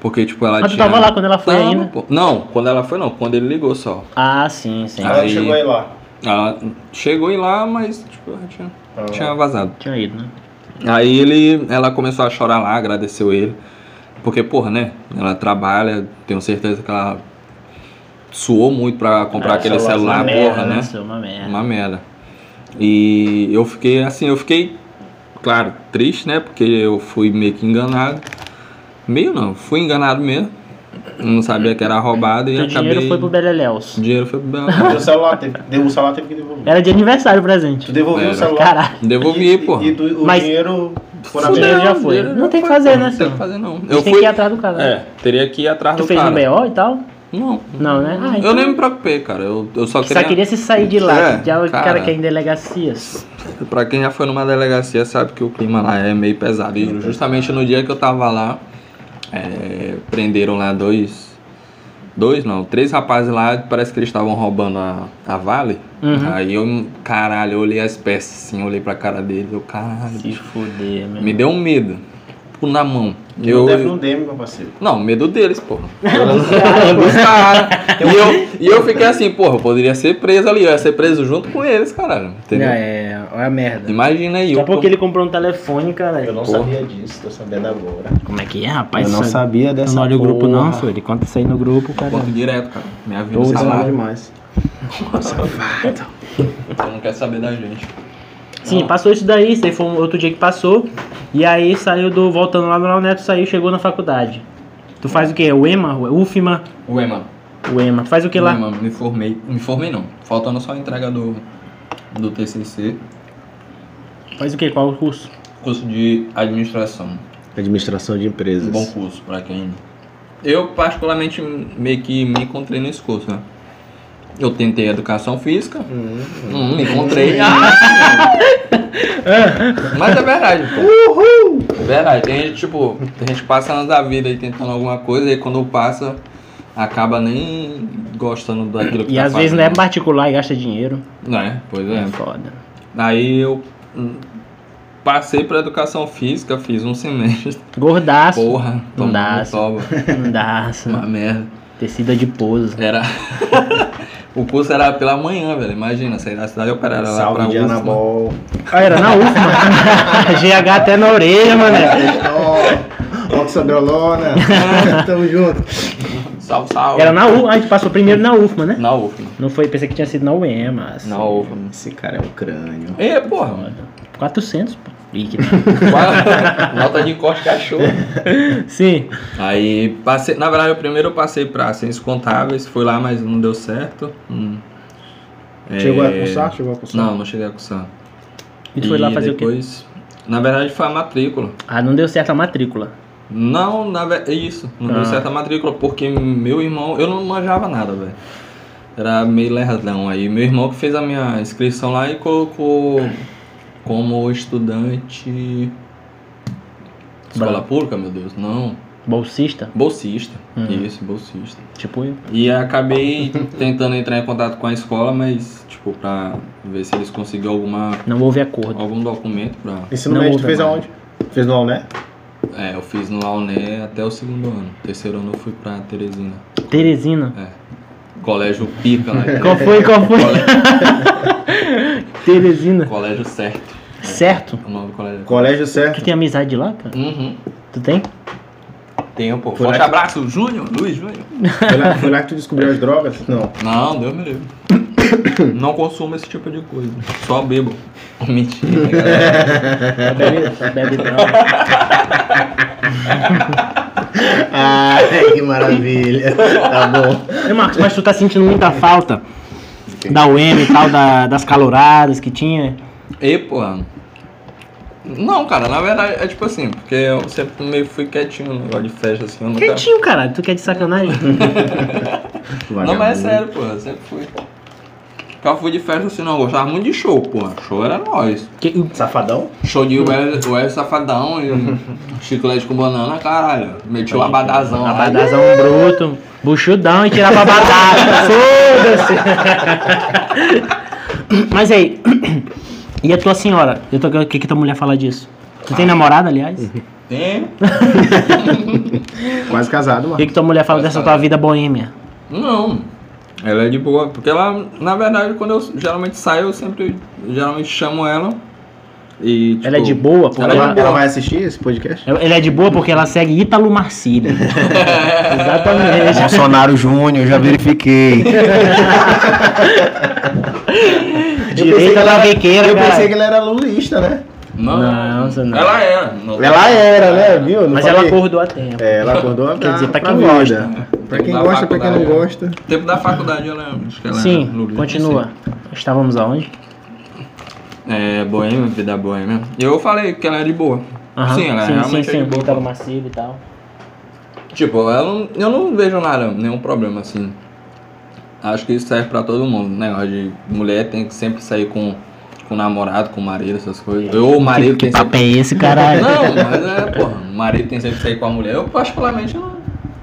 Speaker 3: Porque, tipo, ela
Speaker 1: Mas Ah, tu
Speaker 3: tinha.
Speaker 1: tava lá quando ela foi
Speaker 3: Tava,
Speaker 1: ainda?
Speaker 3: pô. Não, quando ela foi não, quando ele ligou só.
Speaker 1: Ah, sim, sim.
Speaker 3: Ah.
Speaker 2: Ela
Speaker 3: Aí-
Speaker 2: chegou aí lá.
Speaker 3: Ela chegou em lá, mas tipo, ela tinha,
Speaker 2: Ah.
Speaker 3: tinha vazado.
Speaker 1: Tinha ido, né?
Speaker 3: Aí ele, ela começou a chorar lá, agradeceu ele. Porque, porra, né? Ela trabalha, tenho certeza que ela suou muito pra comprar
Speaker 1: Ah,
Speaker 3: aquele
Speaker 1: uma
Speaker 3: celular,
Speaker 1: merda,
Speaker 3: porra, né?
Speaker 1: Isso é uma merda.
Speaker 3: Uma merda. E eu fiquei assim, eu fiquei, claro, triste, né? Porque eu fui meio que enganado. Meio não, fui enganado mesmo. Não sabia que era roubado e
Speaker 1: Teu
Speaker 3: acabei.
Speaker 1: dinheiro foi pro Beleléus.
Speaker 3: O dinheiro foi pro Belo.
Speaker 2: O celular teve, deu- o celular teve que devolver.
Speaker 1: Era de aniversário o
Speaker 2: Tu
Speaker 1: presente.
Speaker 2: devolveu
Speaker 3: Era.
Speaker 2: o celular.
Speaker 1: Caralho.
Speaker 3: É. Devolvi,
Speaker 2: e,
Speaker 3: porra.
Speaker 2: E do- o
Speaker 1: Mas-
Speaker 2: dinheiro foi na
Speaker 1: Fudeu.
Speaker 2: merda.
Speaker 1: já foi.
Speaker 3: dinheiro
Speaker 1: Não
Speaker 3: já
Speaker 1: tem o que
Speaker 3: foi,
Speaker 1: fazer,
Speaker 3: pô.
Speaker 1: né,
Speaker 3: Não tem o
Speaker 1: senhor?
Speaker 3: que fazer, não.
Speaker 1: Eu
Speaker 3: Eu
Speaker 1: tem
Speaker 3: fui.
Speaker 1: que ir atrás do cara.
Speaker 3: É, teria que ir atrás
Speaker 1: Tu
Speaker 3: do
Speaker 1: fez
Speaker 3: cara.
Speaker 1: no BO e tal?
Speaker 3: Não.
Speaker 1: Não, né? Ah,
Speaker 3: Eu
Speaker 1: então-
Speaker 3: nem me preocupei, cara. Eu, eu só queria.
Speaker 1: Só queria se sair de lá.
Speaker 3: É,
Speaker 1: que já o cara,
Speaker 3: cara.
Speaker 1: quer ir em delegacias.
Speaker 3: Pra quem já foi numa delegacia, sabe que o clima lá é meio pesado. E justamente no dia que eu tava lá, é, prenderam lá dois. Dois não, três rapazes lá, parece que eles estavam roubando a, a Vale.
Speaker 1: Uhum.
Speaker 3: Aí eu, caralho, eu olhei as peças assim, olhei pra cara dele, eu, caralho, bicho.
Speaker 1: fuder, meu.
Speaker 3: Me deu um medo. Pô, na mão.
Speaker 2: Eu
Speaker 3: Eu,
Speaker 2: deve um DM, meu parceiro.
Speaker 3: Não, medo deles, porra. Dos caras. E
Speaker 1: um
Speaker 3: eu, e eu fiquei assim, porra, eu poderia ser preso ali, eu ia ser preso junto com eles, caralho. Entendeu?
Speaker 2: Ah,
Speaker 1: É, olha a merda.
Speaker 3: Imagina aí,
Speaker 1: Só
Speaker 3: eu.
Speaker 1: porque ele comprou um telefone, cara.
Speaker 2: Eu não
Speaker 3: Porra.
Speaker 2: sabia disso, tô sabendo agora.
Speaker 1: Como é que é, rapaz?
Speaker 2: eu não
Speaker 1: Isso-
Speaker 2: sabia
Speaker 1: Tu
Speaker 2: dessa
Speaker 1: não olha o grupo
Speaker 2: porra.
Speaker 1: né? não, filho. Ele conta isso aí no grupo, cara.
Speaker 3: Conto direto, cara. Minha vida
Speaker 2: Tô
Speaker 3: tá lá.
Speaker 2: demais.
Speaker 3: Então não quer saber da gente.
Speaker 1: Sim,
Speaker 3: Então-
Speaker 1: passou isso daí, isso aí foi um outro dia que passou. E aí saiu do. Voltando lá do Léo Neto, saiu e chegou na faculdade. Tu faz o quê? O EMA? O UFMA?
Speaker 3: O Ema.
Speaker 1: O EMA. Tu faz o que lá?
Speaker 3: Não, mano, me formei. Me formei não. Faltando só a entrega do, do TCC.
Speaker 1: Faz o que? Qual o curso?
Speaker 3: Curso de administração.
Speaker 2: Administração de
Speaker 3: Um
Speaker 2: empresas.
Speaker 3: bom curso pra quem... Eu, particularmente, meio que me encontrei nesse curso, né? Eu tentei educação física. Hum, me
Speaker 1: É.
Speaker 3: encontrei. Mas é verdade, pô. É verdade. Tem gente, tipo, tem gente que passa anos da vida aí tentando alguma coisa e quando passa, acaba nem gostando daquilo que
Speaker 1: E
Speaker 3: tá
Speaker 1: às vezes não é
Speaker 3: fazendo.
Speaker 1: particular e gasta dinheiro.
Speaker 3: Não é, pois é.
Speaker 1: É foda.
Speaker 3: Aí eu hum, passei pra educação física, fiz um semestre.
Speaker 1: Gordaço.
Speaker 3: Porra,
Speaker 1: Não dá,
Speaker 3: tomando toba.
Speaker 1: Gordaço.
Speaker 3: Uma merda.
Speaker 1: Tecida de pouso.
Speaker 3: Era. o curso era pela manhã, velho. Imagina, sair da cidade eu operar lá pra
Speaker 2: Salve de
Speaker 3: UFMA.
Speaker 2: Anabol.
Speaker 1: Ah, era na UFMA. GH até na orelha, mané.
Speaker 2: Ó, Oxandrolona. Tamo junto.
Speaker 3: Salve, salve.
Speaker 1: Era na UFMA. A gente passou primeiro na UFMA, né?
Speaker 3: Na UFMA.
Speaker 1: Não foi, pensei que tinha sido na UEMA. assim.
Speaker 3: Na UFMA.
Speaker 2: Esse cara é um crânio.
Speaker 3: Ê, porra, mano.
Speaker 1: 400, pô. Líquido.
Speaker 3: Qual- Nota de corte cachorro.
Speaker 1: Sim.
Speaker 3: Aí passei, na verdade, eu primeiro eu passei pra ciências contábeis, fui lá, mas não deu certo. Hum.
Speaker 2: Chegou a
Speaker 3: É,
Speaker 2: cursar? Chegou a cursar?
Speaker 3: Não, não cheguei a cursar.
Speaker 1: E tu foi lá fazer o quê?
Speaker 3: depois, Na verdade foi a matrícula.
Speaker 1: Ah, não deu certo a matrícula.
Speaker 3: Não, na ve- é isso, não
Speaker 1: Ah.
Speaker 3: deu certo a matrícula, porque meu irmão, eu não manjava nada, velho. Era meio lerdão aí. Meu irmão que fez a minha inscrição lá e colocou como estudante. Escola
Speaker 1: Bravo.
Speaker 3: pública, meu Deus, não.
Speaker 1: Bolsista?
Speaker 3: Bolsista.
Speaker 1: Uhum.
Speaker 3: Isso, bolsista.
Speaker 1: Tipo eu.
Speaker 3: E acabei tentando entrar em contato com a escola, mas, tipo, pra ver se eles conseguiam alguma,
Speaker 1: Não houve acordo.
Speaker 3: algum documento pra.
Speaker 2: Ensino
Speaker 1: Não
Speaker 2: médio, tu
Speaker 1: ouve
Speaker 2: fez
Speaker 1: mais.
Speaker 2: aonde? Fez no Alné?
Speaker 3: É, eu fiz no Launé até o segundo ano. Terceiro ano eu fui pra Teresina.
Speaker 1: Teresina.
Speaker 3: Colégio Pica, né?
Speaker 1: Qual foi, qual foi? Teresina.
Speaker 3: colégio Certo.
Speaker 1: Certo?
Speaker 3: É o nome do colégio.
Speaker 2: Colégio
Speaker 1: Tu
Speaker 2: certo.
Speaker 1: tem amizade lá, cara?
Speaker 3: Uhum.
Speaker 1: Tu tem?
Speaker 3: Tem, pô.
Speaker 2: Por
Speaker 3: Forte
Speaker 2: aqui.
Speaker 3: abraço, Júnior. Luiz Júnior.
Speaker 2: Foi lá, foi lá que tu descobriu as drogas? Não.
Speaker 3: Não, Deus me livre. Não consumo esse tipo de coisa. Só bebo. Mentira, né, galera.
Speaker 1: Bebe, bebe não.
Speaker 2: Ah, que maravilha. Tá bom.
Speaker 1: Ei, Marcos, mas tu tá sentindo muita falta da UEM e tal, da- das caloradas que tinha.
Speaker 3: E, pô. Não, cara, na verdade é tipo assim, porque eu sempre meio fui quietinho no negócio de festa, assim. Eu nunca...
Speaker 1: Quietinho, caralho. Tu quer de sacanagem?
Speaker 3: Não, mas é sério, pô. Eu sempre fui. Nunca fui de festa assim, não. Eu gostava muito de show, pô. Show era nós.
Speaker 1: Que-
Speaker 2: Safadão?
Speaker 3: Show de Wesley Wesley Safadão e chiclete com banana, caralho. Metiu o abadazão lá.
Speaker 1: Abadazão bruto, buchudão e tirava badada. Foda-se! Mas aí, e a tua senhora? Eu tô, o que que tua mulher fala disso? Tu tem namorada, aliás? O
Speaker 3: Tem?
Speaker 2: Quase casado, mano.
Speaker 1: que, que tua mulher fala dessa tua vida boêmia?
Speaker 3: Não. Ela é de boa. Porque ela, na verdade, quando eu geralmente saio, eu sempre geralmente chamo ela. E, tipo,
Speaker 1: Ela é de boa, pô.
Speaker 3: Ela é de
Speaker 2: Ela,
Speaker 3: boa.
Speaker 2: ela vai assistir esse podcast?
Speaker 1: Ela é de boa porque ela segue Ítalo Marcílio. Exatamente.
Speaker 2: Bolsonaro Júnior, já verifiquei.
Speaker 1: Direita da
Speaker 2: Eu
Speaker 1: biqueira,
Speaker 2: pensei
Speaker 1: cara.
Speaker 2: que ela era lulista, né?
Speaker 3: Não,
Speaker 1: Não, você não. é.
Speaker 3: Ela é. era.
Speaker 2: Ela era, né? Viu? Não
Speaker 1: Mas ela
Speaker 2: falei?
Speaker 1: acordou a tempo.
Speaker 2: É, ela acordou a
Speaker 1: Quer dizer, pra
Speaker 2: pra
Speaker 1: quem
Speaker 2: vida.
Speaker 1: gosta.
Speaker 2: Pra quem
Speaker 3: Da
Speaker 2: gosta, pra quem não
Speaker 1: né?
Speaker 3: faculdade.
Speaker 2: gosta.
Speaker 3: Tempo da faculdade, ela é, acho que ela era
Speaker 1: Sim,
Speaker 3: lulista,
Speaker 1: continua. Estávamos aonde?
Speaker 3: assim. É, boêmia, vida boêmia. E eu falei que ela é de boa.
Speaker 1: Aham.
Speaker 3: Sim, ela
Speaker 1: sim,
Speaker 3: realmente é
Speaker 1: sim,
Speaker 3: de boa.
Speaker 1: Ítalo Marcílio e tal.
Speaker 3: Tipo, eu não, eu não vejo nada, nenhum problema assim. Acho que isso serve pra todo mundo, né? Negócio de mulher tem que sempre sair com, com namorado, com marido, essas coisas. Eu, o marido
Speaker 1: Que
Speaker 3: tem sempre.
Speaker 1: papo é esse, caralho?
Speaker 3: Não, mas é, porra, o marido tem sempre que sair com a mulher. Eu, particularmente, eu não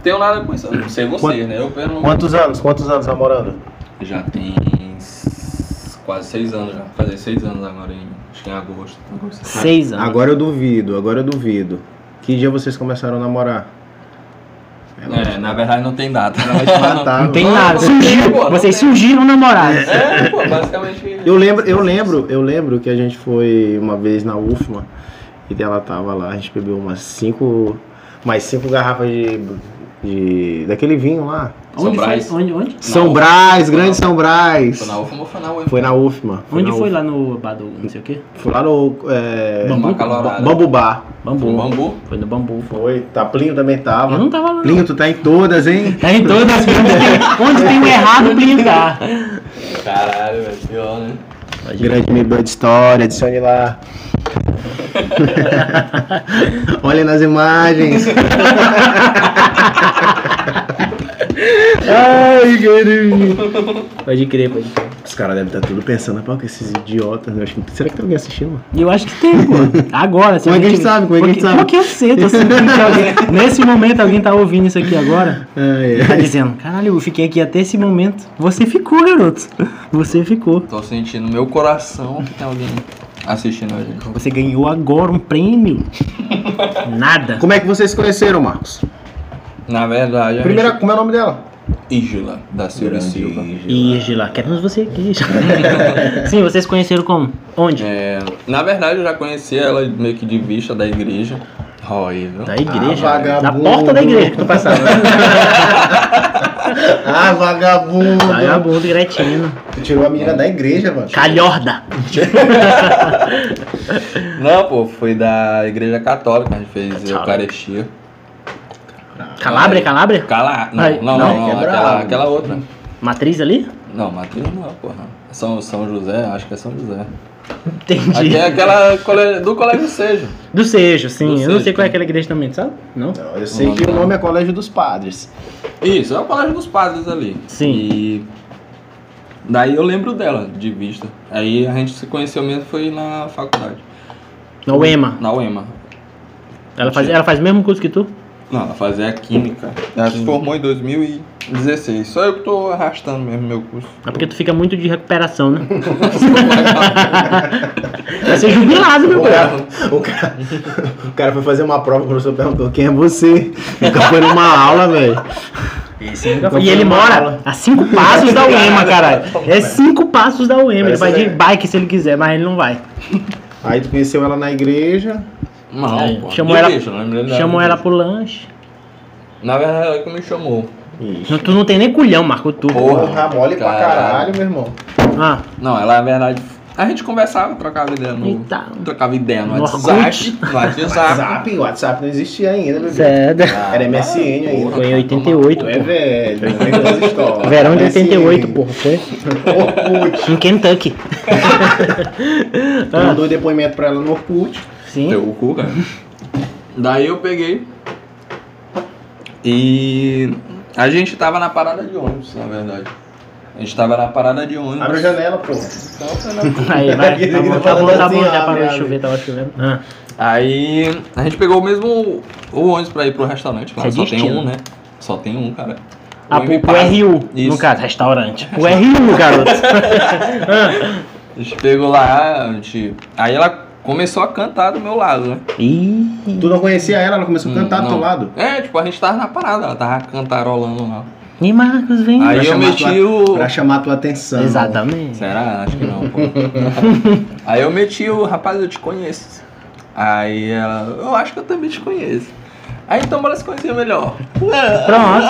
Speaker 3: tenho nada com isso. Não sei vocês, né? Eu pelo
Speaker 2: Quantos anos? Quantos anos namorando?
Speaker 3: Já tem s- quase seis anos já. Fazer seis anos agora, em, acho que em agosto. agosto.
Speaker 1: Seis anos.
Speaker 2: Agora eu duvido, agora eu duvido. Que dia vocês começaram a namorar? tá,
Speaker 3: É, na verdade não tem data.
Speaker 2: matar,
Speaker 1: Não tem
Speaker 3: Não,
Speaker 1: nada.
Speaker 3: não
Speaker 1: Surgiu.
Speaker 3: tem, pô, não
Speaker 1: Vocês
Speaker 3: tem.
Speaker 1: surgiram namorados.
Speaker 3: É, pô, basicamente.
Speaker 2: Eu lembro, eu lembro, eu lembro que a gente foi uma vez na UFMA e ela tava lá, a gente bebeu umas cinco, mais cinco garrafas de de daquele vinho lá.
Speaker 3: São
Speaker 1: Onde
Speaker 3: Brás.
Speaker 1: foi? Onde? onde?
Speaker 2: São Brás, grande São Brás.
Speaker 3: Foi na UFMA ou foi na
Speaker 2: Foi na UFMA.
Speaker 1: Onde
Speaker 2: na
Speaker 1: foi
Speaker 2: UFMA.
Speaker 1: lá no Badu, não sei o quê?
Speaker 2: Foi lá no é,
Speaker 1: Bambu?
Speaker 3: Bambu.
Speaker 2: Bambu Bar.
Speaker 1: Bambu.
Speaker 3: No Bambu.
Speaker 1: Foi no Bambu.
Speaker 2: Foi, tá, Plinio também tava.
Speaker 1: Eu não tava lá. não.
Speaker 2: Plinio, tu tá em todas, hein?
Speaker 1: Tá em todas as onde tem, onde tem um errado, tá. blindar.
Speaker 3: Caralho, velho. Pior, né?
Speaker 2: Grande Me Boa de História, adicione lá. Olha nas imagens. Ai, garoto.
Speaker 1: Pode crer, pode crer.
Speaker 2: Os caras devem estar tudo pensando, pô, que esses idiotas, né? Acho que- Será que tem alguém assistindo?
Speaker 1: E eu acho que tem, pô. Agora. se
Speaker 2: Como é que a gente
Speaker 1: alguém-
Speaker 2: sabe? Como é que a gente
Speaker 1: Porque-
Speaker 2: sabe?
Speaker 1: Porque eu sei, tô sentindo que alguém... Nesse momento alguém tá ouvindo isso aqui agora.
Speaker 2: Ai,
Speaker 1: Tá dizendo, caralho, eu fiquei aqui até esse momento. Você ficou, garoto. Você ficou.
Speaker 3: Tô sentindo no meu coração que tem alguém assistindo a gente.
Speaker 1: Você ganhou agora um prêmio. Nada.
Speaker 2: Como é que vocês se conheceram, Marcos?
Speaker 3: Na verdade, a
Speaker 2: Primeira, como é o nome dela?
Speaker 3: gente- Ígila, da Silva Silva.
Speaker 1: Ígila, queremos você aqui. Sim, vocês se conheceram como? Onde?
Speaker 3: É, na verdade, eu já conheci ela meio que de vista da igreja. Horrível.
Speaker 1: Da
Speaker 2: Ah,
Speaker 1: igreja. né? Na
Speaker 2: vagabundo.
Speaker 1: porta da igreja que tu passava.
Speaker 2: Ah, vagabundo.
Speaker 1: Vagabundo, Gretino.
Speaker 2: Tu tirou a menina da igreja, mano.
Speaker 1: Calhorda.
Speaker 3: Não, pô, foi da igreja católica, a gente fez
Speaker 1: Católica.
Speaker 3: Eucaristia.
Speaker 1: Calabria, Calabria?
Speaker 3: Cala, não,
Speaker 1: Ai,
Speaker 3: não, não,
Speaker 1: não,
Speaker 3: não,
Speaker 2: é
Speaker 3: aquela,
Speaker 2: brabo.
Speaker 3: aquela outra.
Speaker 1: Matriz ali?
Speaker 3: Não, Matheus não, é, porra. São, São José, acho que é São José. Aqui
Speaker 1: Entendi.
Speaker 3: é aquela cole- do colégio seja.
Speaker 1: Do Sejo, sim.
Speaker 3: Do
Speaker 1: eu não
Speaker 3: Sejo,
Speaker 1: sei qual é
Speaker 3: sim.
Speaker 1: aquela igreja também, tu sabe? Não?
Speaker 2: Não, eu sei que o nome é Colégio dos Padres.
Speaker 3: Isso, é o colégio dos padres ali.
Speaker 1: Sim.
Speaker 3: E daí eu lembro dela, de vista. Aí a gente se conheceu mesmo, foi na faculdade.
Speaker 1: Na UEMA.
Speaker 3: Na UEMA.
Speaker 1: Ela faz, ela faz o mesmo curso que tu?
Speaker 3: Não, ela fazia química. Ela se formou em 2016. Só eu que tô arrastando mesmo meu curso.
Speaker 1: É porque tu fica muito de recuperação, né? Vai ser jubilado, meu
Speaker 2: O
Speaker 1: cara.
Speaker 2: cara, o, cara, o cara foi fazer uma prova, o professor perguntou quem é você. Nunca foi numa aula, velho. Então,
Speaker 1: E ele mora a cinco passos da UEMA, caralho. É cinco passos da UEMA. Ele
Speaker 2: Parece
Speaker 1: vai de
Speaker 2: legal.
Speaker 1: bike se ele quiser, mas ele não vai.
Speaker 2: Aí tu conheceu ela na igreja.
Speaker 3: Não,
Speaker 1: É,
Speaker 3: pô.
Speaker 1: chamou
Speaker 3: de
Speaker 1: ela-
Speaker 3: vista, eu lembrei dela
Speaker 1: Chamou
Speaker 3: de
Speaker 1: ela
Speaker 3: vista.
Speaker 1: pro lanche.
Speaker 3: Na verdade, ela que me chamou.
Speaker 2: Ixi.
Speaker 1: Não, Tu não tem nem culhão, Marco, tu.
Speaker 3: Porra,
Speaker 2: Porra, tá mole pra
Speaker 3: caralho.
Speaker 2: caralho, meu irmão.
Speaker 1: Ah,
Speaker 3: Não, ela na verdade. A gente conversava, trocava ideia no.
Speaker 1: Eita.
Speaker 3: Trocava ideia no,
Speaker 1: No
Speaker 3: WhatsApp. No WhatsApp.
Speaker 2: WhatsApp, WhatsApp não existia ainda, meu bebê.
Speaker 1: cedo.
Speaker 2: Era MSN ainda.
Speaker 3: Porra,
Speaker 1: Foi em
Speaker 3: tá
Speaker 1: 88,
Speaker 2: Tu
Speaker 1: pô.
Speaker 2: é velho, não é das histórias.
Speaker 1: Verão de
Speaker 2: MSN.
Speaker 1: 88, porra. Foi?
Speaker 2: Orkut.
Speaker 1: Em Kentucky. Ah,
Speaker 2: Tu mandou depoimento pra ela no Orkut.
Speaker 1: Sim.
Speaker 3: Teu cu, cara. Daí eu peguei. E a gente tava na parada de ônibus, na verdade. A gente tava na parada de ônibus.
Speaker 2: Abre a janela, tá porra.
Speaker 3: Então, foi na-
Speaker 1: Aí, vai.
Speaker 2: Ele
Speaker 1: Tá bom,
Speaker 2: tá
Speaker 1: tá bom,
Speaker 2: falando
Speaker 1: tá bom,
Speaker 2: assim,
Speaker 1: já
Speaker 2: abre,
Speaker 1: parou de
Speaker 2: abre.
Speaker 1: chover, tava chovendo. Ah,
Speaker 3: Aí a gente pegou o mesmo o ônibus pra ir pro restaurante. Claro,
Speaker 1: Isso é
Speaker 3: só tem
Speaker 1: destino.
Speaker 3: um, né? Só tem um, cara.
Speaker 1: ah
Speaker 3: M
Speaker 1: pro, pro
Speaker 3: Plaza.
Speaker 1: RU, no
Speaker 3: Isso.
Speaker 1: caso, restaurante. O RU, garoto.
Speaker 3: A gente pegou lá, a gente... aí ela começou a cantar do meu lado, né?
Speaker 1: Ih,
Speaker 2: Tu não conhecia ela, ela começou a cantar do
Speaker 3: Não.
Speaker 2: teu lado.
Speaker 3: É, tipo, a gente tava na parada, ela tava cantarolando lá.
Speaker 1: e Marcos, vem.
Speaker 3: Aí
Speaker 2: Pra
Speaker 3: eu
Speaker 2: chamar
Speaker 3: meti
Speaker 2: tua-
Speaker 3: o-
Speaker 2: Pra chamar a tua atenção.
Speaker 1: Exatamente.
Speaker 3: Será? Acho que não, pô. Aí eu meti o rapaz, eu te conheço. Aí ela, eu acho que eu também te conheço. Aí então bora se conhecer melhor.
Speaker 1: Pronto.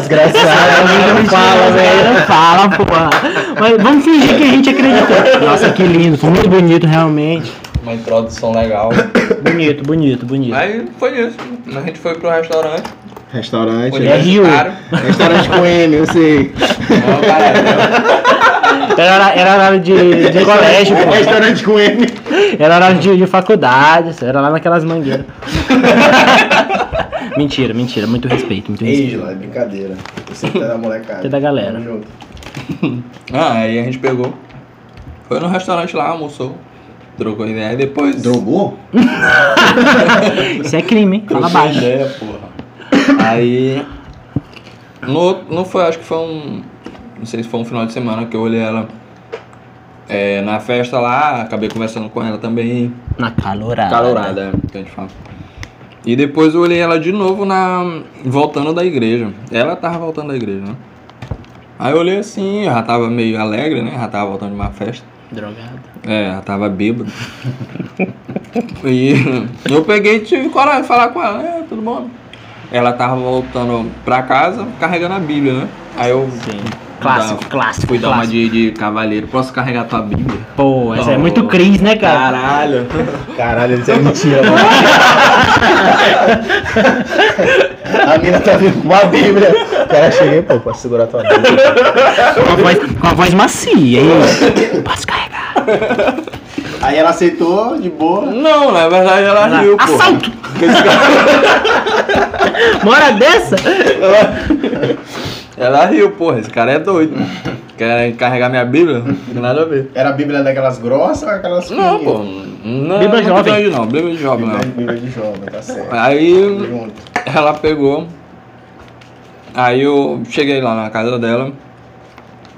Speaker 2: Desgraçado,
Speaker 1: fala, velho. Fala, porra. Mas vamos fingir que a gente acreditou. Nossa, que lindo. Foi muito bonito, realmente.
Speaker 3: Uma introdução legal.
Speaker 1: Bonito, bonito, bonito.
Speaker 3: Aí foi isso. A gente foi pro restaurante.
Speaker 2: Restaurante.
Speaker 3: foi
Speaker 1: Olha.
Speaker 2: né?
Speaker 3: universitário.
Speaker 2: Restaurante com M, eu sei.
Speaker 3: Não, cara,
Speaker 1: Era, era horário de, de colégio, pô.
Speaker 2: Restaurante com M.
Speaker 1: Era horário de, de faculdade, era lá naquelas mangueiras. mentira, mentira. Muito respeito, muito respeito.
Speaker 2: Ei, Gila, é brincadeira. Você tá da molecada.
Speaker 1: Você é da galera.
Speaker 2: Tamo junto.
Speaker 3: Ah, aí a gente pegou. Foi no restaurante lá, almoçou. Trocou ideia. Aí depois.
Speaker 2: Drogou?
Speaker 1: Isso é crime, hein? Fala
Speaker 3: Trocou
Speaker 1: baixo.
Speaker 3: ideia, porra. Aí. No, não foi, acho que foi um. Não sei se foi um final de semana que eu olhei ela é, na festa lá, acabei conversando com ela também.
Speaker 1: Na calorada.
Speaker 3: Calorada, é, que a gente fala. E depois eu olhei ela de novo na. voltando da igreja. Ela tava voltando da igreja, né? Aí eu olhei assim, já tava meio alegre, né? Já tava voltando de uma festa.
Speaker 1: Drogada.
Speaker 3: É, ela tava bêbada. e eu peguei e tive coragem de falar com ela. É, tudo bom? Ela tava voltando pra casa carregando a Bíblia, né? Aí eu.
Speaker 1: Sim.
Speaker 3: fui
Speaker 1: Clássico,
Speaker 3: dar-
Speaker 1: clássico,
Speaker 3: Fui dar uma
Speaker 1: clássico.
Speaker 3: de, de cavaleiro. Posso carregar tua Bíblia?
Speaker 1: Pô, essa é
Speaker 3: Oh.
Speaker 1: muito Cris, né, cara?
Speaker 3: Caralho!
Speaker 2: Caralho, isso é mentira, mano. A mina tá vindo com uma bíblia. O cara cheguei, pô, posso segurar tua bíblia.
Speaker 1: Com a voz, com a voz macia, hein? Posso carregar.
Speaker 2: Aí ela aceitou, de boa.
Speaker 3: Não, na verdade ela
Speaker 1: Ela,
Speaker 3: riu, pô.
Speaker 1: Assalto! Mora dessa?
Speaker 3: Ela riu, porra. Esse cara é doido. Quer carregar minha Bíblia? Não tem nada a ver.
Speaker 2: Era a bíblia daquelas grossas ou aquelas
Speaker 3: Não, pô.
Speaker 2: fininhas?
Speaker 3: Não,
Speaker 1: Bíblia
Speaker 3: não
Speaker 1: jovem.
Speaker 3: grande, não. Bíblia de jovem,
Speaker 2: Bíblia,
Speaker 3: não.
Speaker 2: bíblia de jovem, tá certo.
Speaker 3: Aí
Speaker 2: Junto.
Speaker 3: Ela pegou. Aí eu cheguei lá na casa dela,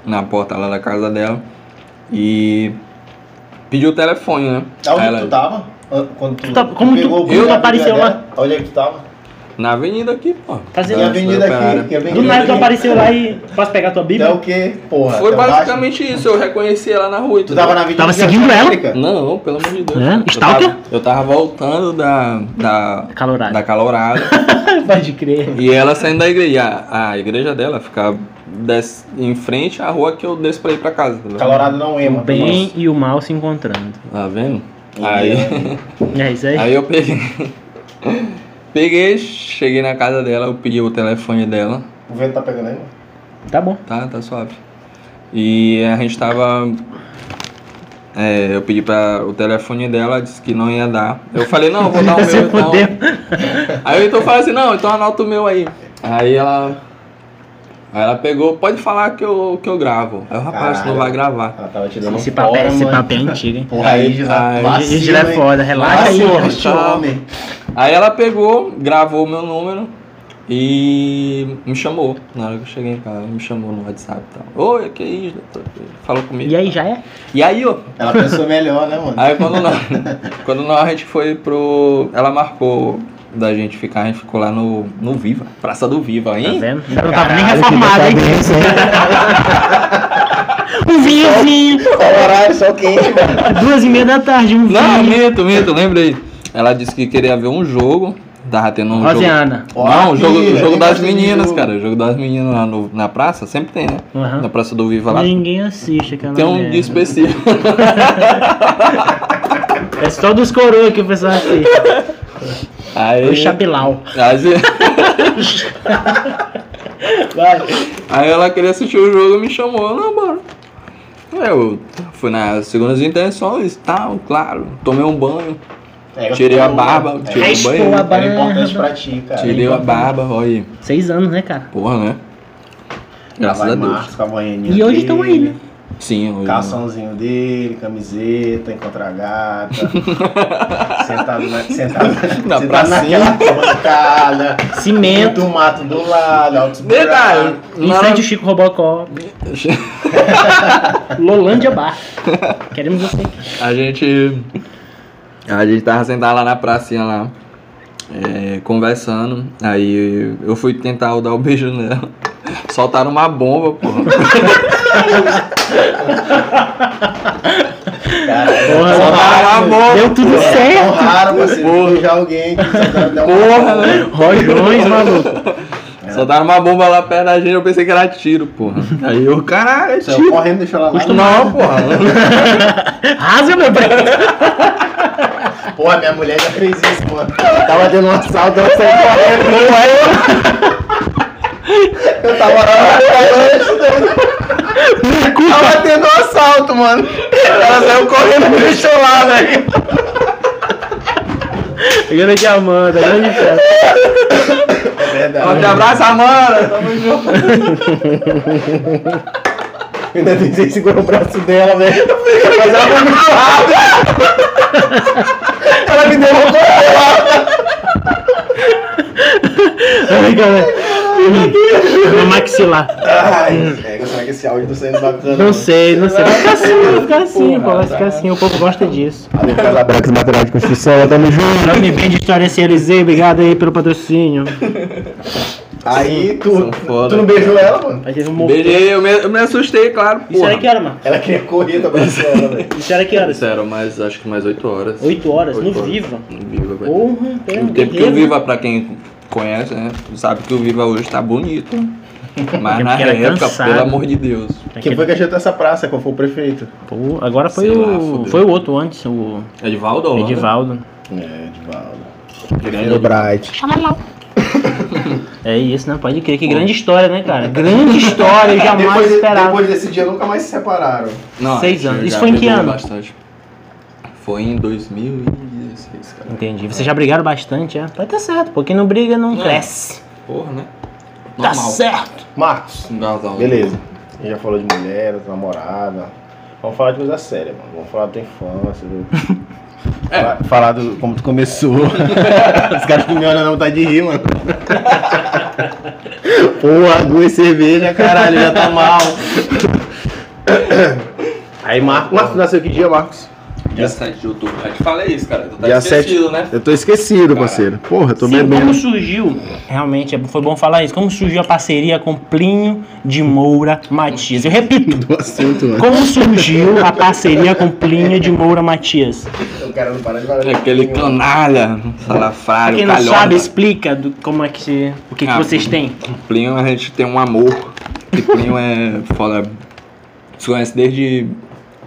Speaker 3: na porta lá da casa dela, e pedi o telefone, né?
Speaker 2: Tá onde
Speaker 3: Aí ela-
Speaker 2: tu tava? An- Quando tu,
Speaker 1: Tu tá- como tu-
Speaker 2: pegou o
Speaker 1: eu
Speaker 2: bíblia,
Speaker 1: não
Speaker 2: a
Speaker 1: apareceu
Speaker 2: bíblia
Speaker 1: lá?
Speaker 2: dela? Onde é que tu tava?
Speaker 3: Na avenida aqui, pô.
Speaker 1: Fazendo-
Speaker 2: Que
Speaker 1: Ela
Speaker 2: avenida aqui? Que avenida
Speaker 1: Do nada tu
Speaker 2: aqui?
Speaker 1: apareceu lá e. Posso pegar tua
Speaker 2: Tu é
Speaker 1: Bíblia?
Speaker 2: o
Speaker 3: Então,
Speaker 2: quê, porra?
Speaker 3: Foi
Speaker 2: Tu é baixo?
Speaker 3: basicamente isso, eu reconheci ela na rua.
Speaker 2: Tu tava na avenida
Speaker 1: Tava
Speaker 2: de Jardim
Speaker 1: seguindo ela?
Speaker 2: América?
Speaker 3: Não, pelo amor de Deus.
Speaker 1: É?
Speaker 3: cara. Eu tava-
Speaker 1: Stalker?
Speaker 3: Eu tava voltando da. da.
Speaker 1: É Calorado.
Speaker 3: da calorada.
Speaker 1: Pode crer.
Speaker 3: E ela saindo da igreja. A, a igreja dela ficava des- em frente à rua que eu desço pra ir pra casa. tá entendeu?
Speaker 2: Calorado não ema.
Speaker 1: O bem e o mal se encontrando.
Speaker 3: Tá vendo? Aí.
Speaker 1: É isso aí.
Speaker 3: Aí eu peguei. peguei, cheguei na casa dela, eu pedi o telefone dela.
Speaker 2: O vento tá pegando aí, mano?
Speaker 1: Tá bom.
Speaker 3: Tá, tá suave. E a gente tava. é, eu pedi pra o telefone dela, disse que não ia dar. Eu falei, não, eu vou dar o
Speaker 1: Você
Speaker 3: meu então.
Speaker 1: fudeu.
Speaker 3: Aí eu então falei assim, não, então anota o meu aí. Aí ela. Aí ela pegou, pode falar que eu, que eu gravo. Aí o rapaz, você não
Speaker 2: Caralho.
Speaker 3: vai gravar.
Speaker 2: Ela tava te dando
Speaker 1: Esse
Speaker 2: um
Speaker 1: papel,
Speaker 2: fora,
Speaker 1: esse
Speaker 2: mano.
Speaker 1: papel é antigo, hein?
Speaker 2: Porra, aí,
Speaker 3: Ah. Aí-
Speaker 2: já
Speaker 3: aí-
Speaker 2: vacila,
Speaker 1: Gigi é
Speaker 2: hein?
Speaker 1: foda, relaxa aí,
Speaker 2: Vacila
Speaker 1: porra.
Speaker 2: este
Speaker 3: Tá.
Speaker 2: homem.
Speaker 3: Aí ela pegou, gravou o meu número e me chamou. Na hora que eu cheguei em casa, ela me chamou no WhatsApp e tal. Oi, que isso? doutor? Falou comigo.
Speaker 1: E aí, já é?
Speaker 3: E aí, ó.
Speaker 2: Ela pensou melhor, né, mano?
Speaker 3: Aí quando nós, quando nós a gente foi pro. Ela marcou da gente ficar, a gente ficou lá no, no Viva, Praça do Viva,
Speaker 1: Tá
Speaker 3: hein?
Speaker 1: vendo? Ainda não tava nem
Speaker 2: Caralho,
Speaker 1: reformado, hein? Um vinhozinho.
Speaker 2: Olha o horário, é só quente, mano.
Speaker 1: Duas e meia da tarde, um
Speaker 3: Não,
Speaker 1: vinho.
Speaker 3: minto, minto, lembrei. Ela disse que queria ver um jogo. Tava tendo um jogo.
Speaker 1: Rosiana.
Speaker 3: Não, o jogo, o
Speaker 2: Ih,
Speaker 3: jogo
Speaker 2: eu
Speaker 3: das
Speaker 2: gosto de
Speaker 3: meninas,
Speaker 2: jogo.
Speaker 3: cara. O jogo das meninas lá no- na praça, sempre tem, né?
Speaker 1: Aham.
Speaker 3: Na Praça do Viva lá.
Speaker 1: Ninguém assiste aquela
Speaker 3: Tem um
Speaker 1: merda.
Speaker 3: dia específico.
Speaker 1: É só dos coroas que o pessoal assiste.
Speaker 3: Aí,
Speaker 1: O Chapilau.
Speaker 3: Aí você-
Speaker 1: Vai.
Speaker 3: aí ela queria assistir o jogo e me chamou, não, bora. Eu fui nas segundas intenções, tal, claro. Tomei um banho,
Speaker 2: É,
Speaker 3: Tirei a
Speaker 2: eu-
Speaker 3: barba,
Speaker 2: é,
Speaker 3: tirei o
Speaker 1: Raspou
Speaker 3: banho.
Speaker 1: a barba.
Speaker 2: Era importante pra ti, cara.
Speaker 3: Tirei a barba, olha aí.
Speaker 1: Seis anos, né, cara?
Speaker 3: Porra, né? Graças
Speaker 2: Vai
Speaker 3: a Deus.
Speaker 2: Marcos, com a banhaninha
Speaker 1: E hoje
Speaker 2: dele,
Speaker 1: estão aí, né?
Speaker 3: Sim, hoje.
Speaker 2: Calçãozinho dele, camiseta, encontrar a gata. sentado na, sentado,
Speaker 3: Na
Speaker 2: sentado
Speaker 3: pracinha.
Speaker 2: naquela bancada.
Speaker 1: Cimento.
Speaker 2: Do mato do lado, altos
Speaker 3: Detalhe,
Speaker 2: buracos.
Speaker 1: Em
Speaker 3: na hora-
Speaker 1: frente ao Chico Robocop. Lolândia Bar. Queremos você aqui.
Speaker 3: a gente. A gente tava sentado lá na pracinha lá. é, conversando. Aí eu fui tentar dar o beijo nela. Soltaram uma bomba, porra.
Speaker 2: Cara, é
Speaker 1: Porra,
Speaker 2: tão
Speaker 3: Soltaram uma
Speaker 2: raro,
Speaker 3: bomba.
Speaker 1: Deu tudo
Speaker 2: é tão
Speaker 1: certo.
Speaker 2: raro você beijar alguém que dá uma
Speaker 3: Porra, né?
Speaker 1: Rojões, maluco.
Speaker 3: Soltaram uma bomba lá perto da gente, eu pensei que era tiro, porra. Aí eu, caralho, é
Speaker 2: Saiu
Speaker 3: tiro.
Speaker 2: correndo, deixou ela lá.
Speaker 3: Não, porra.
Speaker 1: Rasga, meu preto.
Speaker 2: Porra, minha mulher já fez isso, mano. Tava dando um assalto, ela
Speaker 3: É,
Speaker 2: saiu correndo. Eu tava Tava tendo um assalto, mano. Ela saiu correndo e deixou lá, velho.
Speaker 1: Grande Amanda, grande festa.
Speaker 2: É verdade.
Speaker 3: Forte abraço, Amanda. Tamo junto.
Speaker 2: Ainda tentei segurar o braço dela, velho. Mas é ela foi muito rápida. Ela me derrubou.
Speaker 1: Ai, cara. No maxilar.
Speaker 2: Ai, é, será que esse áudio tá saindo bacana?
Speaker 1: Não sei, não sei. Vai ficar assim, vai ficar assim, pô. Vai ficar assim, o povo gosta disso.
Speaker 2: Alô, Casa Branca, material de construção, tamo junto.
Speaker 1: Não me vende história CLZ, obrigado aí pelo patrocínio.
Speaker 2: Aí, tu,
Speaker 3: São foda.
Speaker 2: tu não beijou ela, mano?
Speaker 1: Aí teve um morro.
Speaker 3: Beijei, eu me, eu me assustei, claro.
Speaker 1: Isso
Speaker 3: Porra.
Speaker 1: era que hora, mano?
Speaker 2: Ela queria correr, também ela, né? velho.
Speaker 1: Isso era que horas?
Speaker 3: Sério, mas acho que mais 8 horas.
Speaker 1: Oito horas,
Speaker 3: Oito
Speaker 1: no
Speaker 3: horas. um
Speaker 1: Viva.
Speaker 3: No Viva, velho.
Speaker 1: Porra, então, pera,
Speaker 3: Porque, porque o
Speaker 1: guerreiro.
Speaker 3: Viva, pra quem Conhece, né? Sabe que o Viva hoje tá bonito. Mas
Speaker 1: É porque
Speaker 3: na
Speaker 1: era
Speaker 3: época,
Speaker 1: cansado.
Speaker 3: pelo amor de Deus.
Speaker 2: Quem foi que agitou essa praça? Qual foi o prefeito?
Speaker 1: Pô, agora foi
Speaker 3: Sei
Speaker 1: o.
Speaker 3: lá, fudeu.
Speaker 1: foi o outro antes, o
Speaker 3: Edivaldo? Holanda?
Speaker 1: Edivaldo.
Speaker 2: É, Edvaldo.
Speaker 3: Grande
Speaker 2: Bright.
Speaker 1: É isso, né? Pode crer. Que grande história, né, cara? Grande história, eu jamais
Speaker 2: depois,
Speaker 1: esperava.
Speaker 2: depois desse dia nunca mais se separaram.
Speaker 1: Seis
Speaker 3: acho
Speaker 1: anos.
Speaker 3: já
Speaker 1: Isso foi em que
Speaker 3: brigou
Speaker 1: ano?
Speaker 3: Bastante. Foi em 2016, cara.
Speaker 1: Entendi. Vocês já brigaram bastante, é? Pode tá certo, porque não briga não
Speaker 3: É.
Speaker 1: cresce.
Speaker 3: Porra, né?
Speaker 1: Tá certo.
Speaker 2: Marcos.
Speaker 3: Normal.
Speaker 2: Beleza. A gente já falou de mulher, da namorada. Vamos falar de coisa séria, mano. Vamos falar da tua infância. Do... Fa- Falar do como tu começou. Os caras que me olham não tá de rir, mano. Porra, duas cerveja, caralho, já tá mal. Aí, Marcos. Marcos nasceu que dia, Marcos?
Speaker 3: Dia 7 de outubro. Eu te falei isso, cara. Tu tá
Speaker 2: dia
Speaker 3: esquecido,
Speaker 2: 7.
Speaker 3: né?
Speaker 2: Eu tô esquecido, parceiro. Porra, eu tô
Speaker 1: Sim,
Speaker 2: bebendo.
Speaker 1: como surgiu, realmente, é- foi bom falar isso, como surgiu a parceria com Plinio de Moura Matias. Eu repito,
Speaker 2: do assunto, mano.
Speaker 1: como surgiu a parceria com Plinio de Moura Matias?
Speaker 2: O cara não para de
Speaker 1: É.
Speaker 2: falar.
Speaker 3: Aquele canalha, salafrário,
Speaker 1: Quem não
Speaker 3: calhorda.
Speaker 1: sabe, explica do- como é que se, o que, que
Speaker 3: Ah,
Speaker 1: vocês têm.
Speaker 3: Plinio a gente tem um amor. E Plinio é foda. Se conhece desde,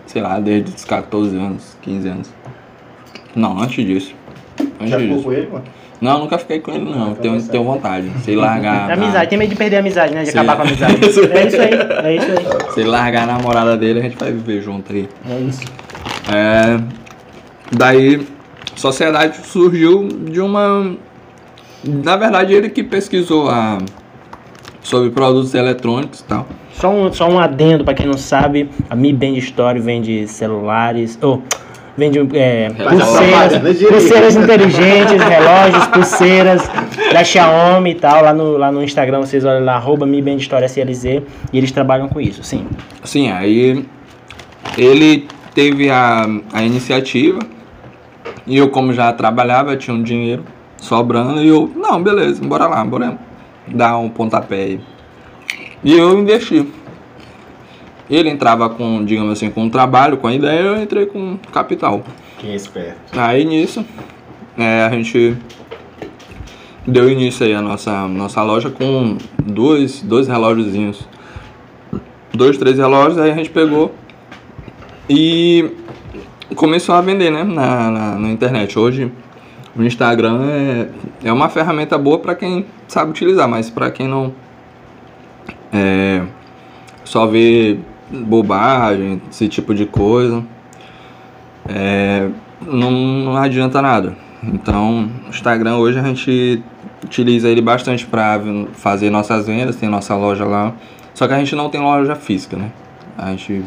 Speaker 3: sei lá, desde os 14 anos, 15 anos. Não, antes disso. Antes
Speaker 2: Já
Speaker 3: disso.
Speaker 2: ficou com ele, mano?
Speaker 3: Não, nunca fiquei com ele, não.
Speaker 2: Então
Speaker 3: Tenho,
Speaker 2: você-
Speaker 3: tenho vontade. Sei largar. a-
Speaker 1: amizade, tem medo de perder a amizade, né? De
Speaker 3: ah, Sim.
Speaker 1: acabar com a amizade. É isso aí, é isso aí.
Speaker 3: Se ele largar a namorada dele, a gente vai viver junto aí.
Speaker 1: É isso.
Speaker 3: É, daí, sociedade surgiu de uma. Na verdade, ele que pesquisou a, sobre produtos eletrônicos e tal.
Speaker 1: Só um, só um adendo pra quem não sabe, a Mi Band Story vende celulares, ou vende é,
Speaker 2: atrapalha, né,
Speaker 1: pulseiras,
Speaker 2: direito?
Speaker 1: pulseiras inteligentes, relógios, pulseiras da Xiaomi e tal. Lá no, lá no Instagram vocês olham lá, arroba Mi Band Story SLZ, e eles trabalham com isso, sim.
Speaker 3: Sim, aí ele teve a, a iniciativa e eu, como já trabalhava, tinha um dinheiro sobrando e eu, não, beleza, bora lá, bora dar um pontapé aí. E eu investi. Ele entrava com, digamos assim, com um trabalho, com a ideia, eu entrei com capital.
Speaker 2: Quem é esperto?
Speaker 3: Aí nisso, é, a gente deu início aí à nossa, nossa loja com dois, dois relógiozinhos. Dois, três relógios, aí a gente pegou e começou a vender, né, na, na, na internet. Hoje o Instagram é, é uma ferramenta boa para quem sabe utilizar, mas para quem não é, só vê bobagem, esse tipo de coisa, não, não adianta nada. Então, o Instagram hoje a gente utiliza ele bastante para fazer nossas vendas, tem nossa loja lá. Só que a gente não tem loja física, né? A gente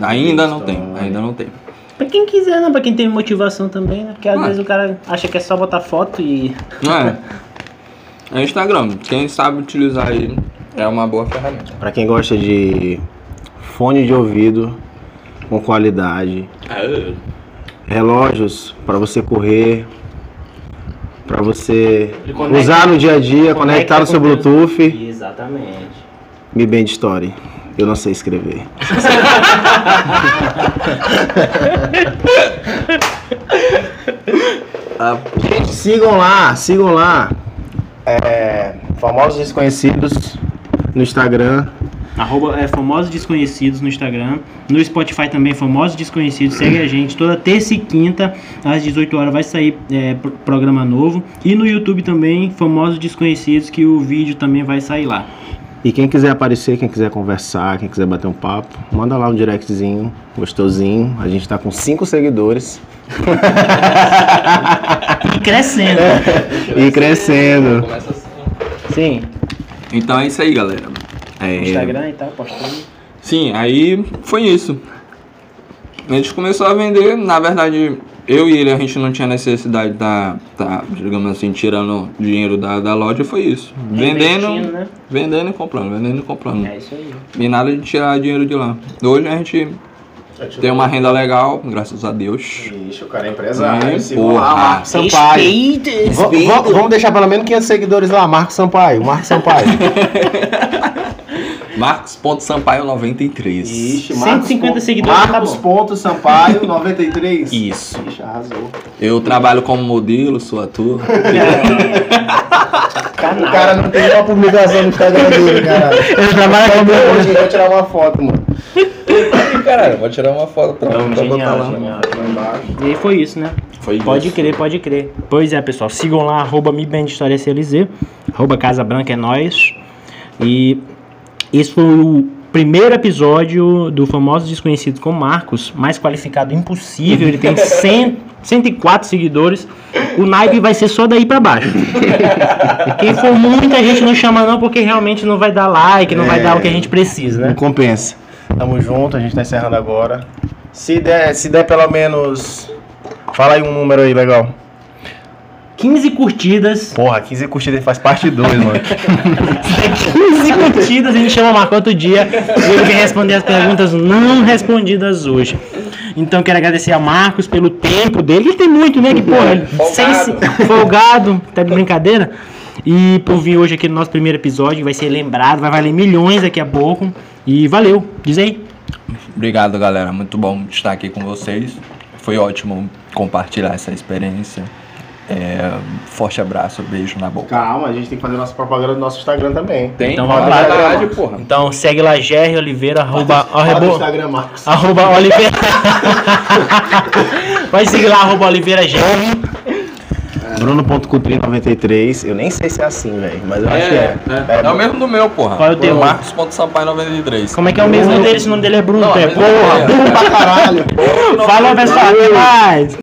Speaker 3: ainda não tem, ainda não tem.
Speaker 1: Pra quem quiser, né? Pra quem tem motivação também, né? Porque às
Speaker 3: Ah.
Speaker 1: vezes o cara acha que é só botar foto e.
Speaker 3: Não é? É Instagram, quem sabe utilizar ele é uma boa ferramenta.
Speaker 2: Pra quem gosta de fone de ouvido com qualidade,
Speaker 1: Ah.
Speaker 2: relógios pra você correr, pra você
Speaker 1: Ele conecta-
Speaker 2: usar no dia a dia,
Speaker 1: conecta
Speaker 2: conectar no seu
Speaker 1: com-
Speaker 2: Bluetooth,
Speaker 1: Exatamente.
Speaker 2: Mi Band Story. Eu não sei escrever. Ah, Gente, sigam lá, sigam lá. É, famosos desconhecidos no Instagram.
Speaker 1: Arroba é Famosos Desconhecidos no Instagram. No Spotify também, Famosos Desconhecidos. Segue a gente. Toda terça e quinta, às 18 horas, vai sair é, pro- programa novo. E no YouTube também, Famosos Desconhecidos, que o vídeo também vai sair lá.
Speaker 2: E quem quiser aparecer, quem quiser conversar, quem quiser bater um papo, manda lá um directzinho, gostosinho. A gente tá com cinco seguidores
Speaker 1: E crescendo.
Speaker 3: É.
Speaker 2: e crescendo.
Speaker 1: Sim.
Speaker 3: Então é isso aí, galera. É,
Speaker 1: Instagram e tal, postando.
Speaker 3: Sim, aí foi isso. A gente começou a vender, na verdade, eu e ele a gente não tinha necessidade da, tá, digamos assim, tirando dinheiro da, da loja, foi isso.
Speaker 1: Tá Investindo,
Speaker 3: Vendendo,
Speaker 1: né?
Speaker 3: vendendo e comprando, vendendo e comprando.
Speaker 1: É isso aí.
Speaker 3: E nada de tirar dinheiro de lá. Hoje a gente tem uma renda legal, graças a Deus.
Speaker 2: Ixi, o cara é
Speaker 3: Hum,
Speaker 2: Sigam
Speaker 3: porra.
Speaker 2: lá, Ah, Marco Sampaio. Va- va- Vamos deixar pelo menos 500 seguidores lá, Marco Sampaio, Marco Sampaio.
Speaker 3: Marcos.sampaio93.
Speaker 2: Ixi,
Speaker 1: 150
Speaker 2: Pon-
Speaker 1: seguidores, tá
Speaker 2: Marcos
Speaker 1: bom.
Speaker 2: Ponto Sampaio, 93.
Speaker 3: Isso.
Speaker 2: Ixi, arrasou.
Speaker 3: Eu trabalho como modelo, sou ator.
Speaker 2: O cara não tem uma publicação no Instagram dele, caralho.
Speaker 1: Ele trabalha
Speaker 2: Até
Speaker 1: como
Speaker 2: hoje, eu vou tirar uma foto, mano.
Speaker 3: Caralho, vou tirar uma foto
Speaker 2: Então,
Speaker 3: pra,
Speaker 1: Não,
Speaker 3: pra botar
Speaker 1: Então, genial,
Speaker 3: lá.
Speaker 1: genial.
Speaker 2: Lá embaixo.
Speaker 1: E aí foi isso, né?
Speaker 3: Foi
Speaker 1: Pode
Speaker 3: isso.
Speaker 1: crer, pode crer. Pois é, pessoal. Sigam lá, arroba MiBandHistóriaCLZ, arroba Casa Branca é Nós. E esse foi o primeiro episódio do famoso Desconhecido com Marcos, mais qualificado impossível. Ele tem 100, 104 seguidores. O naipe vai ser só daí pra baixo. Quem for muita gente não chama não, porque realmente não vai dar like, não vai
Speaker 2: É.
Speaker 1: dar o que a gente precisa,
Speaker 2: Não
Speaker 1: né?
Speaker 2: compensa. Tamo junto, a gente tá encerrando agora. Se der, se der pelo menos. Fala aí um número aí, legal.
Speaker 1: 15 curtidas.
Speaker 2: Porra, 15 curtidas faz parte 2, mano.
Speaker 1: 15 curtidas, a gente chama o Marco outro dia. E ele vem responder as perguntas não respondidas hoje. Então quero agradecer a Marcos pelo tempo dele. Ele tem muito, né? Que, porra,
Speaker 3: Folgado.
Speaker 1: sem se- folgado, tá de brincadeira. E por vir hoje aqui no nosso primeiro episódio, que vai ser lembrado, vai valer milhões daqui a pouco. E valeu, diz aí.
Speaker 3: Obrigado, galera. Muito bom estar aqui com vocês. Foi ótimo compartilhar essa experiência. É, forte abraço, beijo na boca.
Speaker 2: Calma, a gente tem que fazer nossa propaganda no nosso Instagram também.
Speaker 3: Tem?
Speaker 1: Então vamos lá.
Speaker 3: Verdade, porra.
Speaker 1: Então segue lá, GR Oliveira, arroba,
Speaker 2: Fala do
Speaker 1: arrebo-
Speaker 2: Instagram, Marcos.
Speaker 1: arroba Oliveira. Vai seguir lá, arroba Oliveira GR.
Speaker 2: É. Bruno.cupri93. Eu nem sei se é assim, velho, mas eu acho que é.
Speaker 3: É, é o mesmo do meu, porra.
Speaker 1: Qual é o teu?
Speaker 3: Marcos.sampaio93.
Speaker 1: Como é que é o mesmo dele? Se o nome dele é Bruno,
Speaker 3: Não,
Speaker 1: é
Speaker 3: mas-
Speaker 1: porra.
Speaker 2: Pra caralho.
Speaker 1: Falou, pessoal. Até mais.